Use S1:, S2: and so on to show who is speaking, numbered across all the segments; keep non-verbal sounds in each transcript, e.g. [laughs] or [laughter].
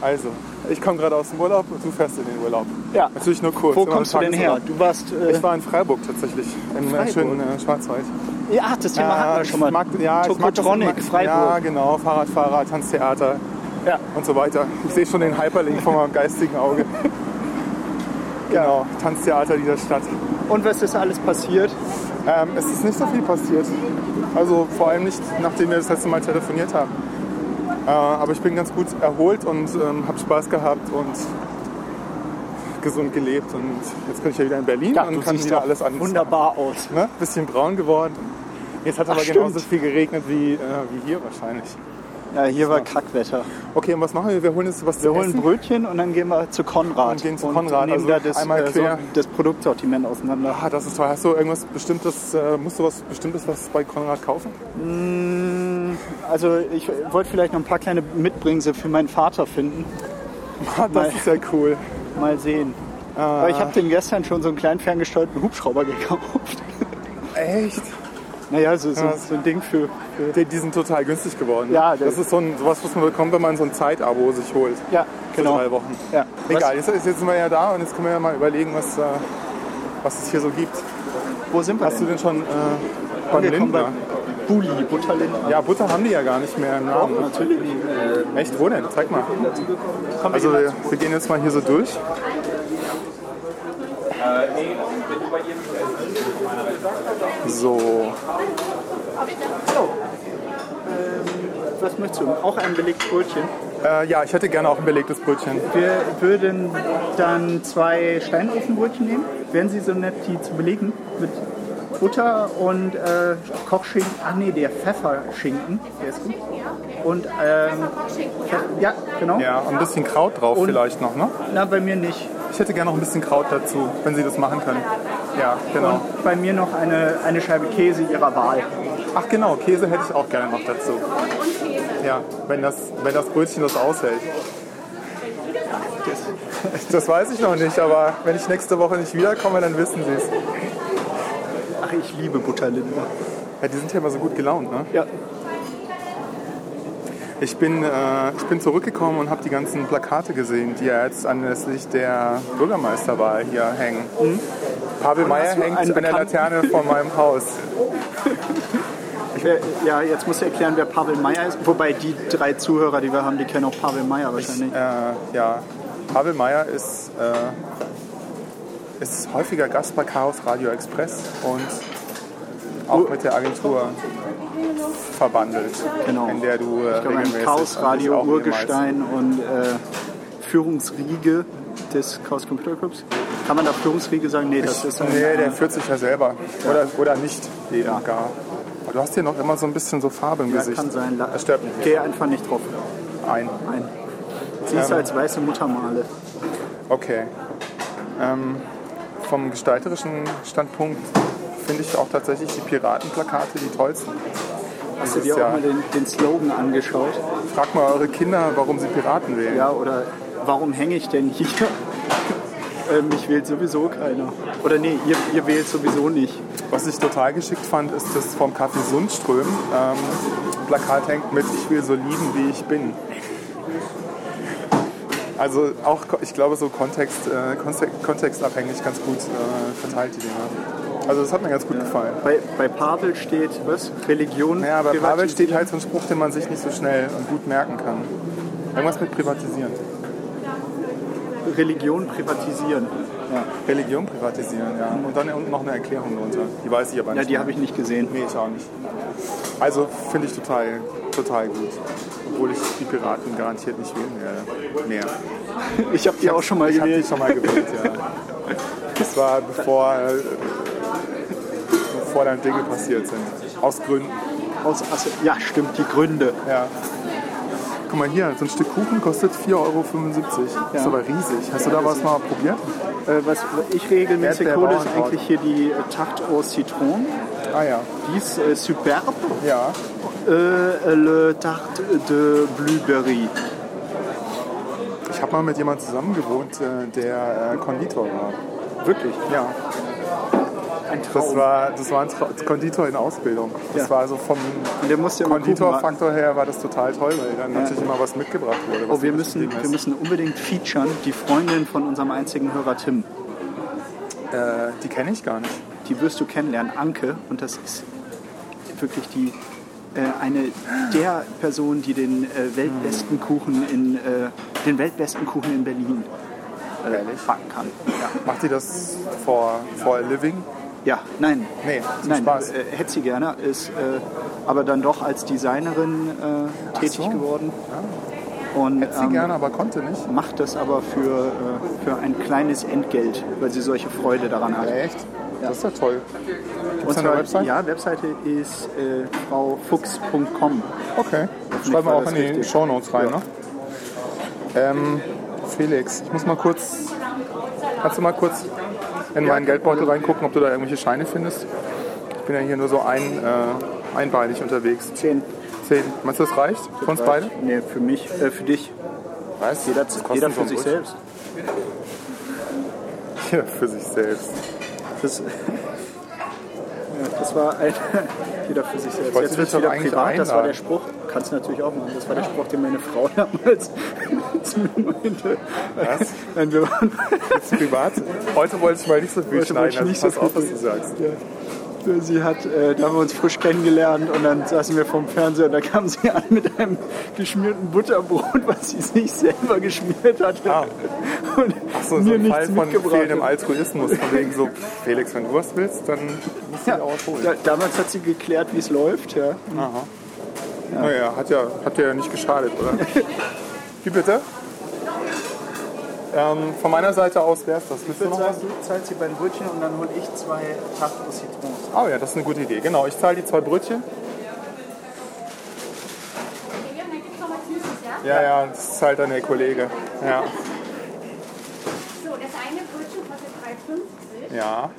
S1: also, Ja. Natürlich nur kurz.
S2: Wo
S1: immer
S2: kommst du denn her?
S1: Tagesurlaub.
S2: Du warst. Äh,
S1: Ich war in Freiburg tatsächlich, im äh,
S2: Freiburg?
S1: schönen äh, Schwarzwald.
S2: ja, ach, das Thema hatten wir schon mal.
S1: Ich mag, ja, ich mag das
S2: Tokotronic,
S1: immer. Ja,
S2: Freiburg.
S1: genau, Fahrradfahrer, Tanztheater
S2: Ja.
S1: und so weiter. Ich sehe schon den Hyperlink vor meinem geistigen
S2: [laughs]
S1: Auge. Genau, Tanztheater dieser Stadt.
S2: Und was ist alles passiert?
S1: Ähm, es ist nicht so viel passiert. Also vor allem nicht, nachdem wir das letzte Mal telefoniert haben. Äh, aber ich bin ganz gut erholt und ähm, habe Spaß gehabt und gesund gelebt. Und jetzt bin ich ja wieder in Berlin
S2: Ja,
S1: und
S2: du
S1: kann
S2: siehst
S1: wieder
S2: doch
S1: alles anders.
S2: wunderbar aus.
S1: Ne? Bisschen braun geworden. Jetzt hat
S2: Ach,
S1: aber
S2: stimmt.
S1: genauso viel geregnet wie, äh, wie hier wahrscheinlich.
S2: Ja, hier war Kackwetter.
S1: Okay, und was machen wir? Wir holen jetzt was
S2: Wir
S1: zu
S2: holen
S1: essen.
S2: Brötchen und dann gehen wir zu Konrad.
S1: Und gehen zu Konrad,
S2: nehmen
S1: also
S2: da das,
S1: einmal
S2: äh,
S1: quer.
S2: so, das Produktsortiment auseinander.
S1: Ah, das ist toll. Hast du irgendwas Bestimmtes, äh, musst du was Bestimmtes was bei Konrad kaufen?
S2: Also ich wollte vielleicht noch ein paar kleine Mitbringsel für meinen Vater finden.
S1: Ah, das
S2: [laughs] Nein.
S1: ist ja cool.
S2: Mal sehen.
S1: Ah.
S2: Aber ich habe dem gestern schon so einen kleinen ferngesteuerten Hubschrauber [laughs] gekauft.
S1: Echt?
S2: Naja, so, so,
S1: Ja.
S2: so ein Ding für...
S1: Die, die sind total günstig geworden.
S2: Ja, das-
S1: das ist so ein, sowas, was man bekommt, wenn man so ein Zeitabo sich holt.
S2: Ja, genau.
S1: Für drei Wochen.
S2: Ja.
S1: Egal, jetzt, jetzt sind wir ja da und jetzt können wir ja mal überlegen, was, äh, was es hier so gibt.
S2: Was, wo sind wir
S1: Hast du
S2: denn?
S1: denn schon äh, von
S2: Angekommen
S1: Lindner?
S2: bei Bulli, Butterlindner.
S1: Ja, Butter haben die ja gar nicht mehr im Namen.
S2: natürlich.
S1: Echt, wo denn? Zeig mal.
S2: Komm,
S1: Also
S2: wir
S1: wir, wir gehen jetzt mal hier so durch. So,
S2: gehen- was möchtest du? Auch ein belegtes Brötchen.
S1: äh, ja, ich hätte gerne auch ein belegtes Brötchen.
S2: Wir würden dann zwei Steinofenbrötchen nehmen. Wären Sie so nett, die zu belegen mit Butter und äh, Kochschinken. Ach nee, der Pfefferschinken, der ist gut. Und ähm, Pfe- ja, genau.
S1: Ja, ein bisschen Kraut drauf
S2: Und-
S1: vielleicht noch, ne?
S2: Na, bei mir nicht.
S1: Ich hätte gerne noch ein bisschen Kraut dazu, wenn Sie das machen können. Ja, genau.
S2: Und bei mir noch eine, eine Scheibe Käse Ihrer Wahl.
S1: Ach genau, Käse hätte ich auch gerne noch dazu. Ja, wenn das, wenn das Brötchen das aushält. Das weiß ich noch nicht, aber wenn ich nächste Woche nicht wiederkomme, dann wissen Sie es.
S2: Ach, ich liebe Butterlindner.
S1: Ja, die sind ja immer so gut gelaunt, ne?
S2: Ja.
S1: Ich bin, äh, ich bin zurückgekommen und habe die ganzen Plakate gesehen, die ja jetzt anlässlich der Bürgermeisterwahl hier hängen. Pavel Meyer
S2: Mhm. du
S1: hängt
S2: einen
S1: an der
S2: Bekannten?
S1: Laterne vor meinem Haus.
S2: Wer, ja, jetzt musst du erklären, wer Pavel Meyer ist. Wobei die drei Zuhörer, die wir haben, die kennen auch Pavel Meyer wahrscheinlich.
S1: Äh, ja, Pavel Meyer ist, äh, ist häufiger Gast bei Chaos Radio Express und
S2: Oh.
S1: auch mit der Agentur verbandelt,
S2: Genau.
S1: in der du äh,
S2: Ich glaube, ein
S1: regelmäßig
S2: Chaosradio,
S1: und ich auch mehrmals-
S2: Urgestein und äh, Führungsriege des Chaos Computer Clubs. Kann man da Führungsriege sagen? Nee, das ist ein,
S1: Nee, der führt sich ja selber. Oder, oder nicht eben gar. Aber du hast hier noch immer so ein bisschen so Farbe im
S2: ja,
S1: Gesicht.
S2: kann sein. La-
S1: Das stört mich
S2: Geh einfach nicht drauf
S1: ein.
S2: ein. Sie ist als weiße Muttermale.
S1: Okay. Ähm, vom gestalterischen Standpunkt finde ich auch tatsächlich die Piratenplakate die tollsten.
S2: Hast du
S1: Dieses
S2: dir auch
S1: Jahr.
S2: mal den, den Slogan angeschaut?
S1: Frag mal eure Kinder, warum sie Piraten wählen.
S2: Ja, oder warum hänge ich denn hier? [laughs] ähm, mich wählt sowieso keiner. Oder nee, ihr, ihr wählt sowieso nicht.
S1: Was ich total geschickt fand, ist, dass vom Kaffee Sundström ähm, ein Plakat hängt mit Ich will so lieben, wie ich bin. Also auch, ko- ich glaube, so Kontext, äh, konse- kontextabhängig ganz gut äh, verteilt, die Dinger. Also das hat mir ganz gut gefallen.
S2: Bei, bei Pavel steht, was? Religion.
S1: Ja, bei Pavel
S2: Privatisieren.
S1: steht halt so ein Spruch, den man sich nicht so schnell und gut merken kann. Irgendwas mit privatisieren.
S2: Religion privatisieren. Ja,
S1: Religion privatisieren, ja. Und dann unten noch eine Erklärung drunter. Die weiß ich aber nicht.
S2: ja die
S1: mehr.
S2: habe ich nicht gesehen.
S1: Nee, ich auch nicht. Also finde ich total, total gut. Obwohl ich die Piraten garantiert nicht wählen werde. Mehr.
S2: Ich habe die auch schon mal
S1: Ich habe die
S2: gewählt.
S1: schon mal gewählt, ja. Das war bevor, äh, bevor dann Dinge passiert sind. Aus Gründen.
S2: Aus Asse. Ja, stimmt, die Gründe.
S1: Ja. Guck mal hier, so ein Stück Kuchen kostet 4,75 Euro. Das ist
S2: Ja.
S1: aber riesig. Hast du da was mal probiert?
S2: Äh, was ich regelmäßig
S1: Erdbeer,
S2: hole, ist
S1: Bauernkraut.
S2: eigentlich hier die äh, Tarte au Citron.
S1: Ah ja.
S2: Die ist äh, superb.
S1: Ja.
S2: Äh, le Tarte de Blueberry.
S1: Ich habe mal mit jemandem zusammen gewohnt, äh, der äh, Konditor war.
S2: Wirklich?
S1: Ja.
S2: Ein Traum.
S1: Das war, das war ein Tra Konditor in Ausbildung. Das
S2: Ja.
S1: war also vom
S2: Und der musste immer Kuchen backen.
S1: Konditorfaktor her war das total toll, weil dann natürlich immer was mitgebracht wurde. Was
S2: Oh, wir
S1: nicht
S2: müssen,
S1: gestiegen
S2: wir
S1: ist.
S2: müssen unbedingt featuren, die Freundin von unserem einzigen Hörer Tim.
S1: Äh, die kenne ich gar nicht.
S2: Die wirst du kennenlernen, Anke. Und das ist wirklich die, äh, eine der Personen, die den äh, weltbesten Kuchen in äh, den weltbesten Kuchen in Berlin äh, backen kann. Ja.
S1: Macht die das for, for a living?
S2: Ja, nein.
S1: Nee, zum
S2: nein,
S1: Spaß.
S2: Äh, hätte sie gerne, ist äh, aber dann doch als Designerin äh, tätig
S1: so.
S2: geworden. Und
S1: Hätte sie
S2: ähm,
S1: gerne, aber konnte nicht.
S2: macht das aber für, äh, für ein kleines Entgelt, weil sie solche Freude daran hat.
S1: Echt? Das ist ja toll.
S2: Und
S1: eine Website?
S2: Ja, Webseite ist äh, fraufuchs.com.
S1: Okay. Schreiben wir
S2: war
S1: auch
S2: das
S1: in die
S2: richtig.
S1: Shownotes rein,
S2: Ja.
S1: ne? Ähm, Felix, ich muss mal kurz. Kannst du mal kurz in meinen Geldbeutel reingucken, ob du da irgendwelche Scheine findest? Ich bin ja hier nur so ein, äh, einbeinig unterwegs.
S2: Zehn.
S1: Zehn. Meinst du, das reicht? Für uns beide?
S2: Nee, für mich, äh, für dich.
S1: Weißt
S2: Jeder, jeder für sich selbst.
S1: Jeder für sich selbst.
S2: Das, [laughs] ja, das war ein, [laughs] jeder für sich selbst.
S1: wollte dich
S2: Jetzt wird
S1: doch
S2: wieder
S1: eigentlich
S2: privat, das war
S1: einladen.
S2: der Spruch. Kannst du natürlich auch machen. Das war der Spruch, den meine Frau [laughs] damals zu mir meinte.
S1: Was?
S2: Nein, wir waren
S1: Privat? Heute wollte ich mal nicht so viel
S2: Heute wollte ich
S1: schneiden,
S2: nicht
S1: also
S2: so
S1: pass auf, was
S2: viel-
S1: du sagst.
S2: Sie hat, äh, da haben wir uns frisch kennengelernt und dann saßen wir vorm Fernseher und da kam sie an mit einem geschmierten Butterbrot, was sie sich selber geschmiert hatte.
S1: Ah.
S2: Und
S1: Achso, so
S2: mir
S1: ein Fall
S2: nichts
S1: von
S2: mitgebracht.
S1: fehlendem
S2: hat.
S1: Altruismus. Von wegen so, Felix, wenn du was willst, dann musst du
S2: Ja,
S1: dir auch was holen.
S2: da, damals hat sie geklärt, wie es läuft. Ja.
S1: Aha. Naja, hat ja, hat dir ja nicht geschadet, oder?
S2: [laughs]
S1: Wie bitte? Ähm, von meiner Seite aus wär's das. Willst du noch was?
S2: du zahlst sie beim Brötchen und dann hole ich zwei Tachos Citrons.
S1: Oh ja, das ist eine gute Idee. Genau, ich zahle die zwei Brötchen. Ja, ja, das ist halt dann der Kollege. Ja,
S3: So, das eine Brötchen kostet Äh, 3,50.
S1: ja.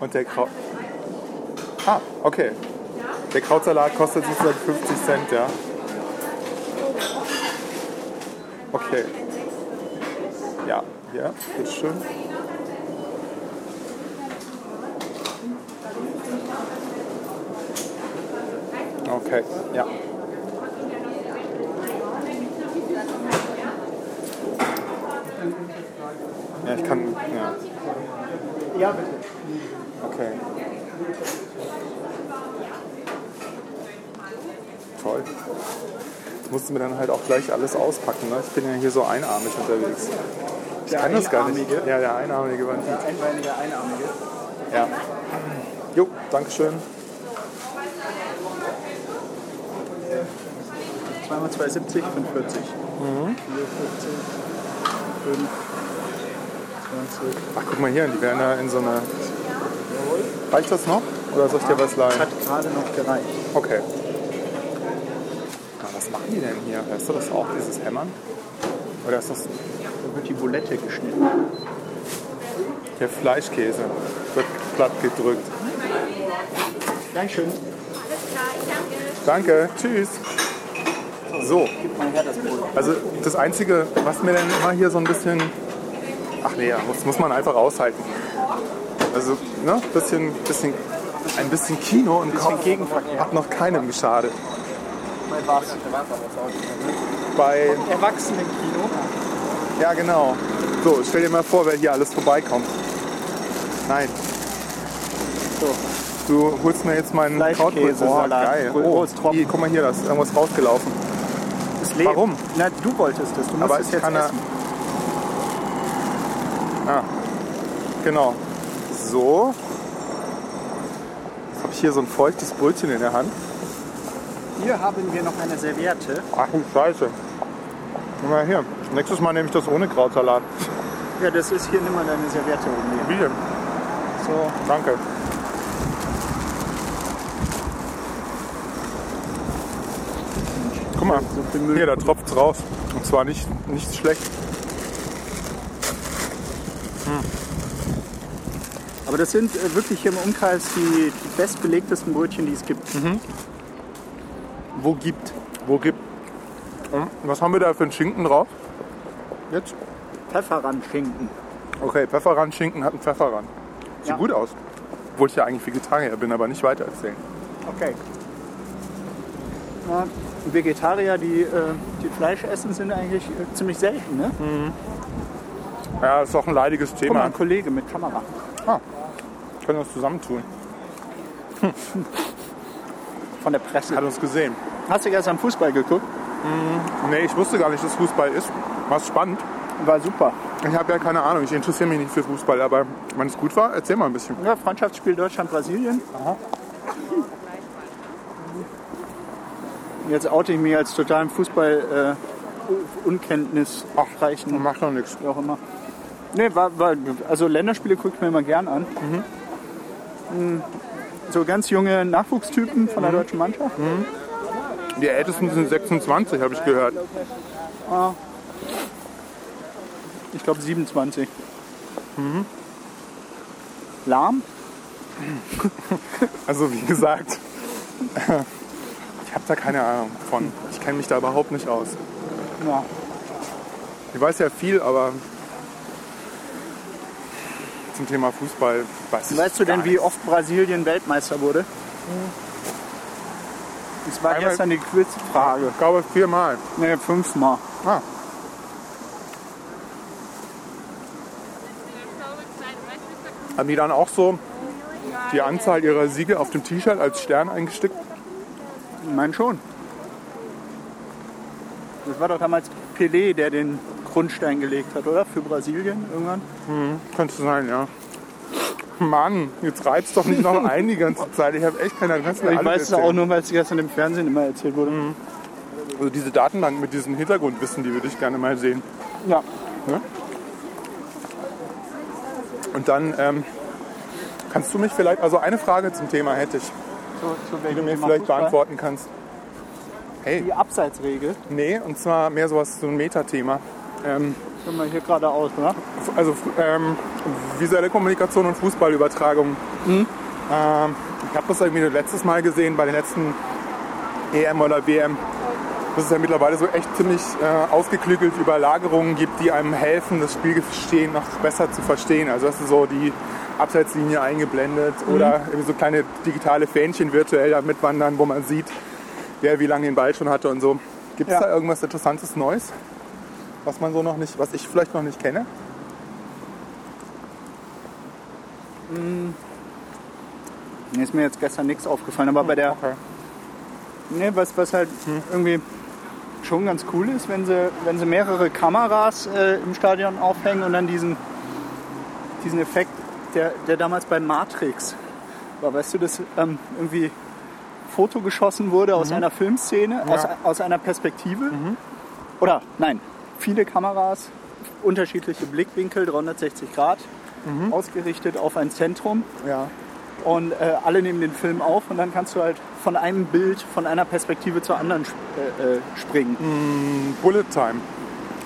S1: Und der Kraut... Ah, okay. Der Krautsalat kostet sozusagen 50 Cent, ja. Okay. Ja, ja, bitteschön. Okay, ja. Ja, ich kann. Ja,
S2: Ja, bitte.
S1: okay. Toll. Das musst du mir dann halt auch gleich alles auspacken. Ne? Ich bin ja hier so einarmig unterwegs. Ich
S2: Der
S1: kann das gar nicht.
S2: Einarmige.
S1: Ja, der einarmige Bandit.
S2: Einbeinige, einarmige.
S1: Ja. Jo, Dankeschön.
S2: Zweimal 270, 45. Mhm. 4, 15, 5,
S1: Ach, guck mal hier, die werden da in so einer. Reicht das noch? Oder soll ich dir was leihen?
S2: 20. Hat gerade noch gereicht.
S1: Okay. Na, was machen die denn hier? Hörst du das auch, dieses Hämmern? Oder ist das
S2: Da wird die Bulette geschnitten.
S1: der Fleischkäse? Wird platt gedrückt.
S2: Dankeschön.
S1: Danke, tschüss. So,
S2: Gib mal her das Brot.
S1: also das Einzige, was mir dann immer hier so ein bisschen. Ach nee, ja, das muss man einfach aushalten. Also, ne, bisschen, bisschen, ein bisschen Kino im Kopf
S2: Gegenverkehr.
S1: hat noch keinem geschadet.
S2: Bei was?
S1: Bei
S2: Erwachsenenkino.
S1: Ja, genau. So, stell dir mal vor, wer hier alles vorbeikommt. Nein,
S2: So,
S1: du holst mir jetzt meinen
S2: Fleischkäse,
S1: Krautpulver. Oh,
S2: Salat,
S1: geil.
S2: Brot,
S1: Oh,
S2: Brot, Tropfen.
S1: hier, guck mal hier, da ist irgendwas rausgelaufen.
S2: es lebt.
S1: Warum?
S2: Na, du wolltest es. Du musst
S1: Aber
S2: es
S1: ich
S2: jetzt
S1: kann da-
S2: essen.
S1: Genau. So. Jetzt habe ich hier so ein feuchtes Brötchen in der Hand.
S2: Hier haben wir noch eine Serviette.
S1: Ach, du Scheiße. Guck mal hier. Nächstes Mal nehme ich das ohne Krautsalat.
S2: Ja, das ist hier. Nimm mal deine Serviette oben hier.
S1: Wie denn?
S2: So,
S1: Danke. Guck mal,
S2: So viel Müll.
S1: hier, da tropft's raus. Und zwar nicht, nicht schlecht.
S2: Aber das sind äh, wirklich hier im Umkreis die, die bestbelegtesten Brötchen, die es gibt.
S1: Hm. Wo gibt? Wo gibt? Hm, Was haben wir da für einen Schinken drauf? Jetzt?
S2: Pfefferrandschinken.
S1: Okay, Pfefferrand-Schinken hat einen Pfefferrand. Sieht
S2: Ja.
S1: gut aus. Obwohl ich ja eigentlich Vegetarier bin, aber nicht weiter erzählen.
S2: Okay. Na, Vegetarier, die, äh, die Fleisch essen, sind eigentlich äh, ziemlich selten.
S1: Hm.
S2: Ne?
S1: Ja, ist auch ein leidiges
S2: Guck mal,
S1: Thema.
S2: ein Kollege mit Kamera.
S1: Ah, können wir uns zusammentun.
S2: Von der Presse.
S1: Hat uns gesehen.
S2: Hast du gestern Fußball geguckt?
S1: Nee, ich wusste gar nicht, dass Fußball ist. War spannend.
S2: War super.
S1: Ich habe ja keine Ahnung, ich interessiere mich nicht für Fußball, aber wenn es gut war, erzähl mal ein bisschen.
S2: Ja, Freundschaftsspiel Deutschland-Brasilien. Jetzt oute ich mich als totalen Fußball-Unkenntnisreichen.
S1: Macht doch nichts.
S2: wie auch immer. Nee, war, war, also Länderspiele gucke ich mir immer gern an. Mm, So ganz junge Nachwuchstypen von der deutschen Mannschaft.
S1: Die Ältesten sind 26, habe ich gehört.
S2: Ich glaube 27. Lahm?
S1: Also wie gesagt, [laughs] ich habe da keine Ahnung von. Ich kenne mich da überhaupt nicht aus.
S2: Ja.
S1: Ich weiß ja viel, aber zum Thema Fußball weiß ich
S2: Weißt du
S1: gar
S2: denn, wie
S1: nichts.
S2: oft Brasilien Weltmeister wurde? Das war
S1: Einmal-
S2: gestern die Quizfrage.
S1: Ich glaube viermal.
S2: Ne, fünfmal.
S1: Ah, haben die dann auch so die Anzahl ihrer Siege auf dem T-Shirt als Stern eingestickt?
S2: Ich meine schon. Das war doch damals Pelé, der den Grundstein gelegt hat, oder? Für Brasilien irgendwann.
S1: Könnte sein, ja. Mann, jetzt reibst doch nicht
S2: [laughs]
S1: noch ein die ganze Zeit. Ich habe echt keine Adresse mehr.
S2: Ich
S1: alles
S2: weiß es
S1: erzählen.
S2: auch nur, weil es gestern im Fernsehen immer erzählt wurde.
S1: Also diese Datenbank mit diesem Hintergrundwissen, die würde ich gerne mal sehen.
S2: Ja.
S1: Und dann ähm, kannst du mich vielleicht, also eine Frage zum Thema hätte ich,
S2: Zu, zu
S1: die
S2: welchem
S1: du mir
S2: Thema
S1: vielleicht
S2: Fußball?
S1: beantworten kannst. Hey,
S2: Die Abseitsregel.
S1: nee, und zwar mehr sowas, so ein Metathema. Ähm,
S2: Guck mal hier geradeaus, oder?
S1: f- also f- ähm, visuelle Kommunikation und Fußballübertragung. Ähm, ich habe das irgendwie letztes Mal gesehen bei den letzten EM oder WM. Dass es ja mittlerweile so echt ziemlich äh, ausgeklügelt Überlagerungen gibt, die einem helfen, das Spielgeschehen noch besser zu verstehen. Also hast du so die Abseitslinie eingeblendet oder irgendwie so kleine digitale Fähnchen virtuell da mitwandern, wo man sieht, wer wie lange den Ball schon hatte und so. Gibt es
S2: Ja.
S1: da irgendwas Interessantes Neues, was man so noch nicht, was ich vielleicht noch nicht kenne?
S2: Nee, ist mir jetzt gestern nichts aufgefallen, aber bei der. Ne, was, was halt irgendwie schon ganz cool ist, wenn sie, wenn sie mehrere Kameras äh, im Stadion aufhängen und dann diesen, diesen Effekt, der, der damals bei Matrix war, weißt du, dass ähm, irgendwie Foto geschossen wurde aus einer Filmszene, aus, aus einer Perspektive. Oder nein, viele Kameras, unterschiedliche Blickwinkel, 360 Grad, ausgerichtet auf ein Zentrum
S1: Ja.
S2: und äh, alle nehmen den Film auf und dann kannst du halt von einem Bild, von einer Perspektive zur anderen sp äh, äh, springen.
S1: Mhm. Bullet Time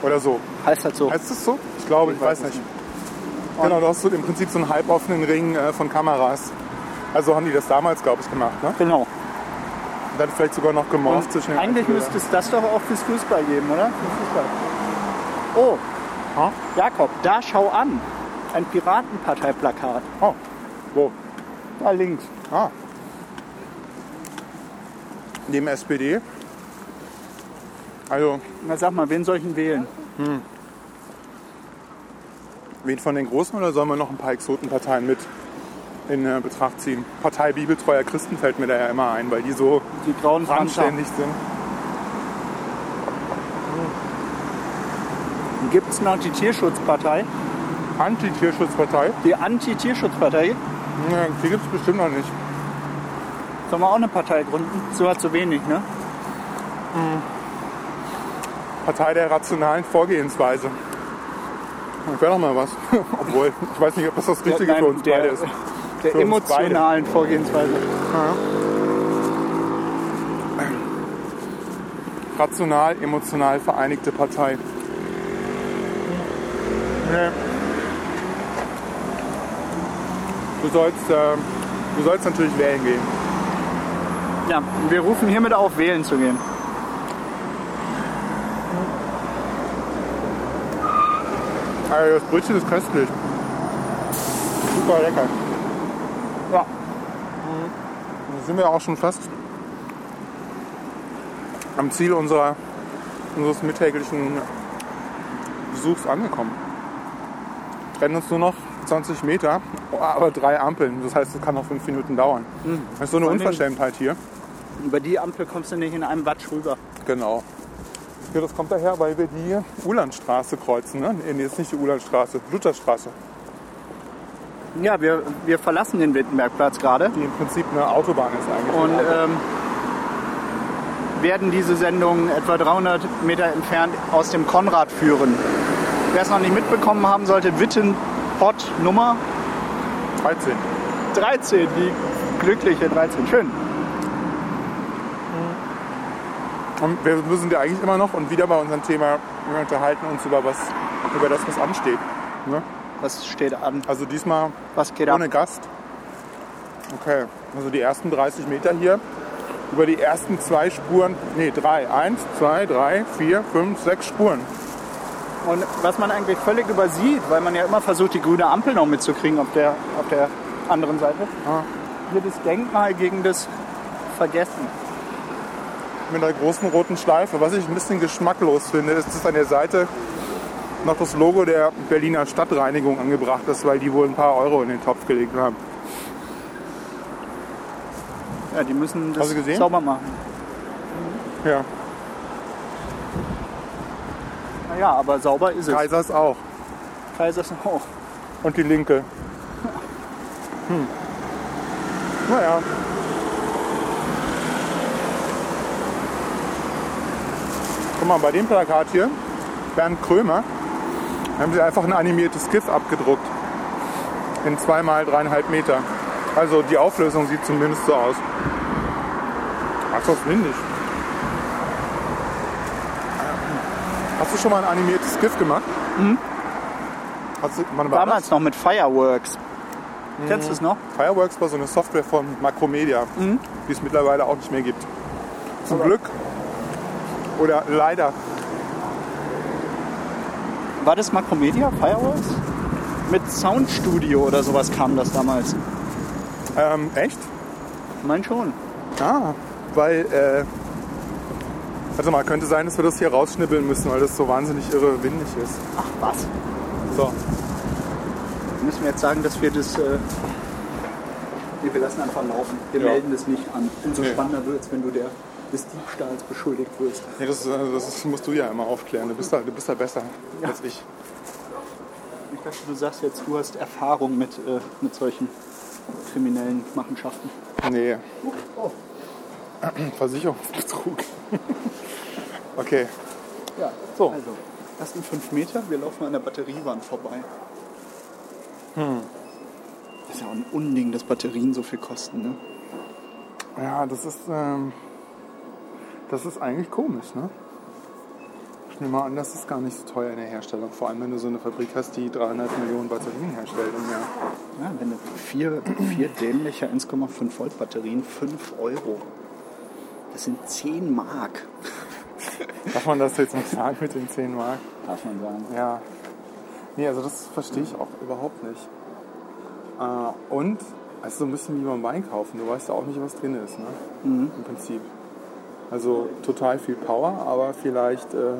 S1: oder so.
S2: Heißt das so?
S1: Heißt das so? Ich glaube, ich, weiß
S2: weiß es
S1: nicht. Genau, du hast so im Prinzip so einen halboffenen Ring äh, von Kameras. Also haben die das damals, glaube ich, gemacht. Ne?
S2: genau.
S1: Und dann vielleicht sogar noch gemorpht zwischen den
S2: Eigentlich
S1: einzelnen
S2: müsste es das doch auch fürs Fußball geben, oder? Für Fußball. Oh,
S1: Bildern.
S2: Jakob, da schau an. Ein Piratenparteiplakat.
S1: Oh. Wo?
S2: Da links.
S1: Ah. Neben SPD. Also,
S2: Na sag mal, wen soll ich denn wählen?
S1: wen von den Großen oder sollen wir noch ein paar Exotenparteien mit in äh, Betracht ziehen? Partei Bibeltreuer Christen fällt mir da ja immer ein, weil die so
S2: Die grauen Panzer.
S1: anständig sind.
S2: Gibt es noch die Tierschutzpartei?
S1: Anti-Tierschutzpartei?
S2: Die Anti-Tierschutzpartei?
S1: Ja, die gibt es bestimmt noch nicht.
S2: Sollen wir auch eine Partei gründen? So hat so wenig, ne?
S1: Partei der rationalen Vorgehensweise. Das wäre doch mal was. [laughs] Obwohl, ich weiß nicht, ob das das Richtige
S2: Nein,
S1: für uns
S2: der,
S1: beide ist.
S2: Der
S1: Für uns beide.
S2: emotionalen Vorgehensweise.
S1: Rational, emotional vereinigte Partei. Nee. Du sollst, äh, du sollst natürlich wählen gehen.
S2: Ja, wir rufen hiermit auf, wählen zu gehen.
S1: Aber das Brötchen ist köstlich. Super lecker.
S2: Ja.
S1: Da sind wir auch schon fast am Ziel unserer, unseres mittäglichen Besuchs angekommen. Trennen uns nur noch 20 Meter, aber drei Ampeln. Das heißt, es kann noch fünf Minuten dauern. Das ist so eine
S2: Vor allem-
S1: Unverschämtheit hier.
S2: Über die Ampel kommst du nicht in einem Watsch rüber.
S1: Genau. Ja, das kommt daher, weil wir die Ulandstraße kreuzen. Ne, nee, das ist nicht die Ulandstraße, Lutherstraße,
S2: Ja, wir, wir verlassen den Wittenbergplatz gerade
S1: die im Prinzip eine Autobahn ist eigentlich.
S2: und ähm, werden diese Sendung etwa 300 Meter entfernt aus dem Konrad führen. Wer es noch nicht mitbekommen haben sollte, Wittenpott Nummer
S1: 13.
S2: 13, die glückliche 13. Schön.
S1: Und wir müssen ja eigentlich immer noch und wieder bei unserem Thema, wir unterhalten uns über, was, über das, was ansteht. Ne?
S2: Was steht an?
S1: Also diesmal
S2: Was geht ab?
S1: ohne Gast. Okay, also die ersten 30 Meter hier. Über die ersten zwei Spuren, nee, drei. Eins, zwei, drei, vier, fünf, sechs Spuren.
S2: Und was man eigentlich völlig übersieht, weil man ja immer versucht, die grüne Ampel noch mitzukriegen auf der, auf der anderen Seite,
S1: Ah.
S2: hier das Denkmal gegen das Vergessen.
S1: mit einer großen roten Schleife. Was ich ein bisschen geschmacklos finde, ist, dass an der Seite noch das Logo der Berliner Stadtreinigung angebracht ist, weil die wohl ein paar Euro in den Topf gelegt haben.
S2: Ja, die müssen das
S1: Hast du gesehen?
S2: sauber machen.
S1: Ja,
S2: Naja, aber sauber ist es.
S1: Kaisers auch.
S2: Kaiser ist hoch.
S1: Und die Linke. Hm. Naja. Guck mal, bei dem Plakat hier, Bernd Krömer, da haben sie einfach ein animiertes GIF abgedruckt. In zweimal dreieinhalb Meter. Also die Auflösung sieht zumindest so aus. Ach, das finde ich. Hast du schon mal ein animiertes GIF gemacht? Mhm. Hast du, wann war das?
S2: Damals noch mit Fireworks.
S1: Mhm.
S2: Kennst du es noch?
S1: Fireworks war so eine Software von Macromedia,
S2: Mhm.
S1: die es mittlerweile auch nicht mehr gibt. Zum Glück oder leider.
S2: War das Makromedia Fireworks? Mit Soundstudio oder sowas kam das damals.
S1: Ähm, echt?
S2: Ich meine schon.
S1: Ah, weil, äh, warte mal, könnte sein, dass wir das hier rausschnibbeln müssen, weil das so wahnsinnig irre windig ist.
S2: Ach was.
S1: So,
S2: Müssen wir jetzt sagen, dass wir das. Äh nee, wir lassen einfach laufen. Wir
S1: Ja.
S2: melden das nicht an. Umso
S1: Nee.
S2: spannender wird es, wenn du der, des Diebstahls beschuldigt wirst.
S1: nee, das, äh, das musst du ja immer aufklären. Du bist da, du bist da besser als ich.
S2: Ich dachte, du sagst jetzt, du hast Erfahrung mit, äh, mit solchen kriminellen Machenschaften.
S1: Nee.
S2: Oh.
S1: [clears throat] Versicherungsbetrug. [laughs] okay.
S2: Ja,
S1: so.
S2: Also, das sind 5 Meter, wir laufen an der Batteriewand vorbei.
S1: Hm.
S2: Das ist ja auch ein Unding, dass Batterien so viel kosten, ne?
S1: Ja, das ist, ähm, das ist eigentlich komisch, ne? Ich nehme mal an, das ist gar nicht so teuer in der Herstellung. Vor allem, wenn du so eine Fabrik hast, die 300 Millionen Batterien herstellt im Jahr.
S2: Ja, wenn du vier, vier dämliche 1,5 Volt Batterien, 5 Euro. Das sind 10 Mark,
S1: Darf man das jetzt noch sagen mit den 10 Mark?
S2: darf man sagen.
S1: Ja. Nee, also das verstehe ich auch überhaupt nicht. Äh, und es ist so ein bisschen wie beim Einkaufen. Du weißt ja auch nicht, was drin ist, ne? Im Prinzip. Also total viel Power, aber vielleicht äh,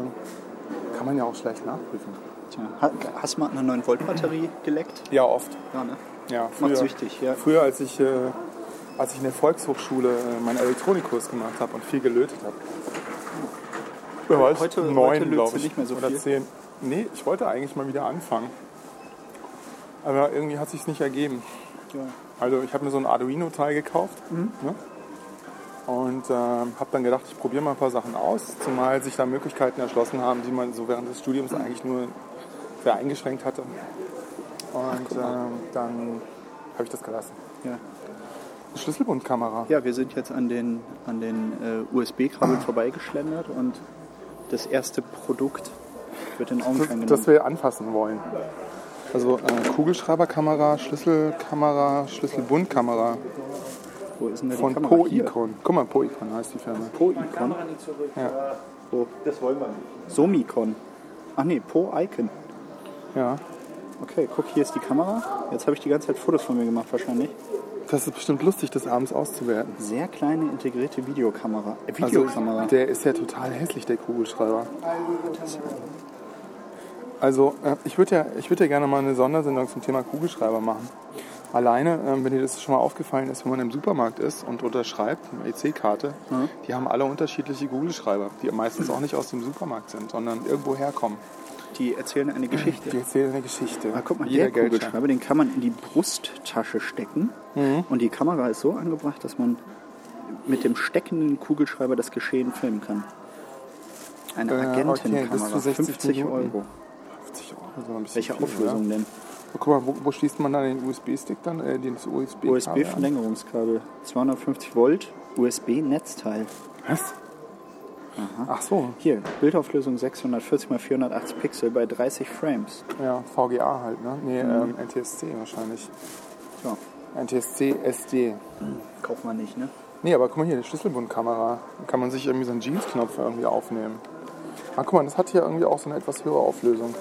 S1: kann man ja auch schlecht nachprüfen.
S2: Tja, ha- hast du mal an einer 9 Volt Batterie geleckt?
S1: Ja, oft.
S2: Ja, ne?
S1: Ja,
S2: Macht süchtig, ja.
S1: Früher, als ich, äh, als ich in der Volkshochschule äh, meinen Elektronikkurs gemacht habe und viel gelötet habe. Wer weiß,
S2: Heute- heute
S1: neun,
S2: lötst
S1: glaube
S2: du
S1: ich.
S2: nicht mehr so
S1: oder
S2: viel.
S1: zehn. Nee, ich wollte eigentlich mal wieder anfangen. Aber irgendwie hat sich's nicht ergeben.
S2: Ja.
S1: Also ich habe mir so ein Arduino-Teil gekauft
S2: Mhm.
S1: ne? und ähm, habe dann gedacht, ich probiere mal ein paar Sachen aus, zumal sich da Möglichkeiten erschlossen haben, die man so während des Studiums
S2: Mhm.
S1: eigentlich nur sehr eingeschränkt hatte. Und ähm, dann habe ich das gelassen.
S2: Ja.
S1: Eine Schlüsselbundkamera.
S2: Ja, wir sind jetzt an den, an den äh, USB-Kabeln vorbeigeschlendert und das erste Produkt wird in Augenschein
S1: Das,
S2: genommen.
S1: das wir anfassen wollen. Also äh, Kugelschreiberkamera, Schlüsselkamera, Schlüsselbundkamera
S2: Wo ist denn da die
S1: von
S2: Kamera? Hier.
S1: Poicon. Guck mal, Poicon heißt die Firma.
S2: Po-Icon? Wo? Das wollen wir nicht. Oh. Somicon. Ach nee, Po-Icon.
S1: Ja.
S2: Okay, guck, hier ist die Kamera. Jetzt habe ich die ganze Zeit Fotos von mir gemacht wahrscheinlich.
S1: Das ist bestimmt lustig, das abends auszuwerten.
S2: Sehr kleine integrierte Videokamera. Äh,
S1: Also,
S2: Videokamera.
S1: der ist ja total hässlich, der Kugelschreiber. Also, äh, ich würde ja, ich würd ja gerne mal eine Sondersendung zum Thema Kugelschreiber machen. Alleine, ähm, wenn dir das schon mal aufgefallen ist, wenn man im Supermarkt ist und unterschreibt, eine EC-Karte, die haben alle unterschiedliche Kugelschreiber, die meistens auch nicht aus dem Supermarkt sind, sondern irgendwo herkommen.
S2: die erzählen eine Geschichte.
S1: Die erzählen eine Geschichte.
S2: Ah, guck mal,
S1: Jeder
S2: der
S1: Geldschein. Mhm.
S2: Kugelschreiber, den kann man in die Brusttasche stecken. Und die Kamera ist so angebracht, dass man mit dem steckenden Kugelschreiber das Geschehen filmen kann. Eine
S1: Äh, okay, bis zu
S2: Agentenkamera,
S1: 60
S2: 50
S1: Minuten.
S2: Euro.
S1: 50 Euro, das ist aber ein bisschen
S2: Welche
S1: viel,
S2: Auflösung denn?
S1: Ja. Guck mal, wo, wo schließt man dann den USB-Stick dann, äh, den USB-Kabel an?
S2: USB-Verlängerungskabel, 250 Volt, USB-Netzteil.
S1: Was? Ach so,
S2: Hier, Bildauflösung 640 x 480 Pixel bei 30 Frames.
S1: Ja, VGA halt, ne? Nee, ähm, NTSC wahrscheinlich.
S2: Ja,
S1: NTSC SD.
S2: kauft man nicht, ne?
S1: Nee, aber guck mal hier, die Schlüsselbundkamera. Da Kann man sich irgendwie so einen Jeans-Knopf irgendwie aufnehmen. Ah, guck mal, das hat hier irgendwie auch so eine etwas höhere Auflösung.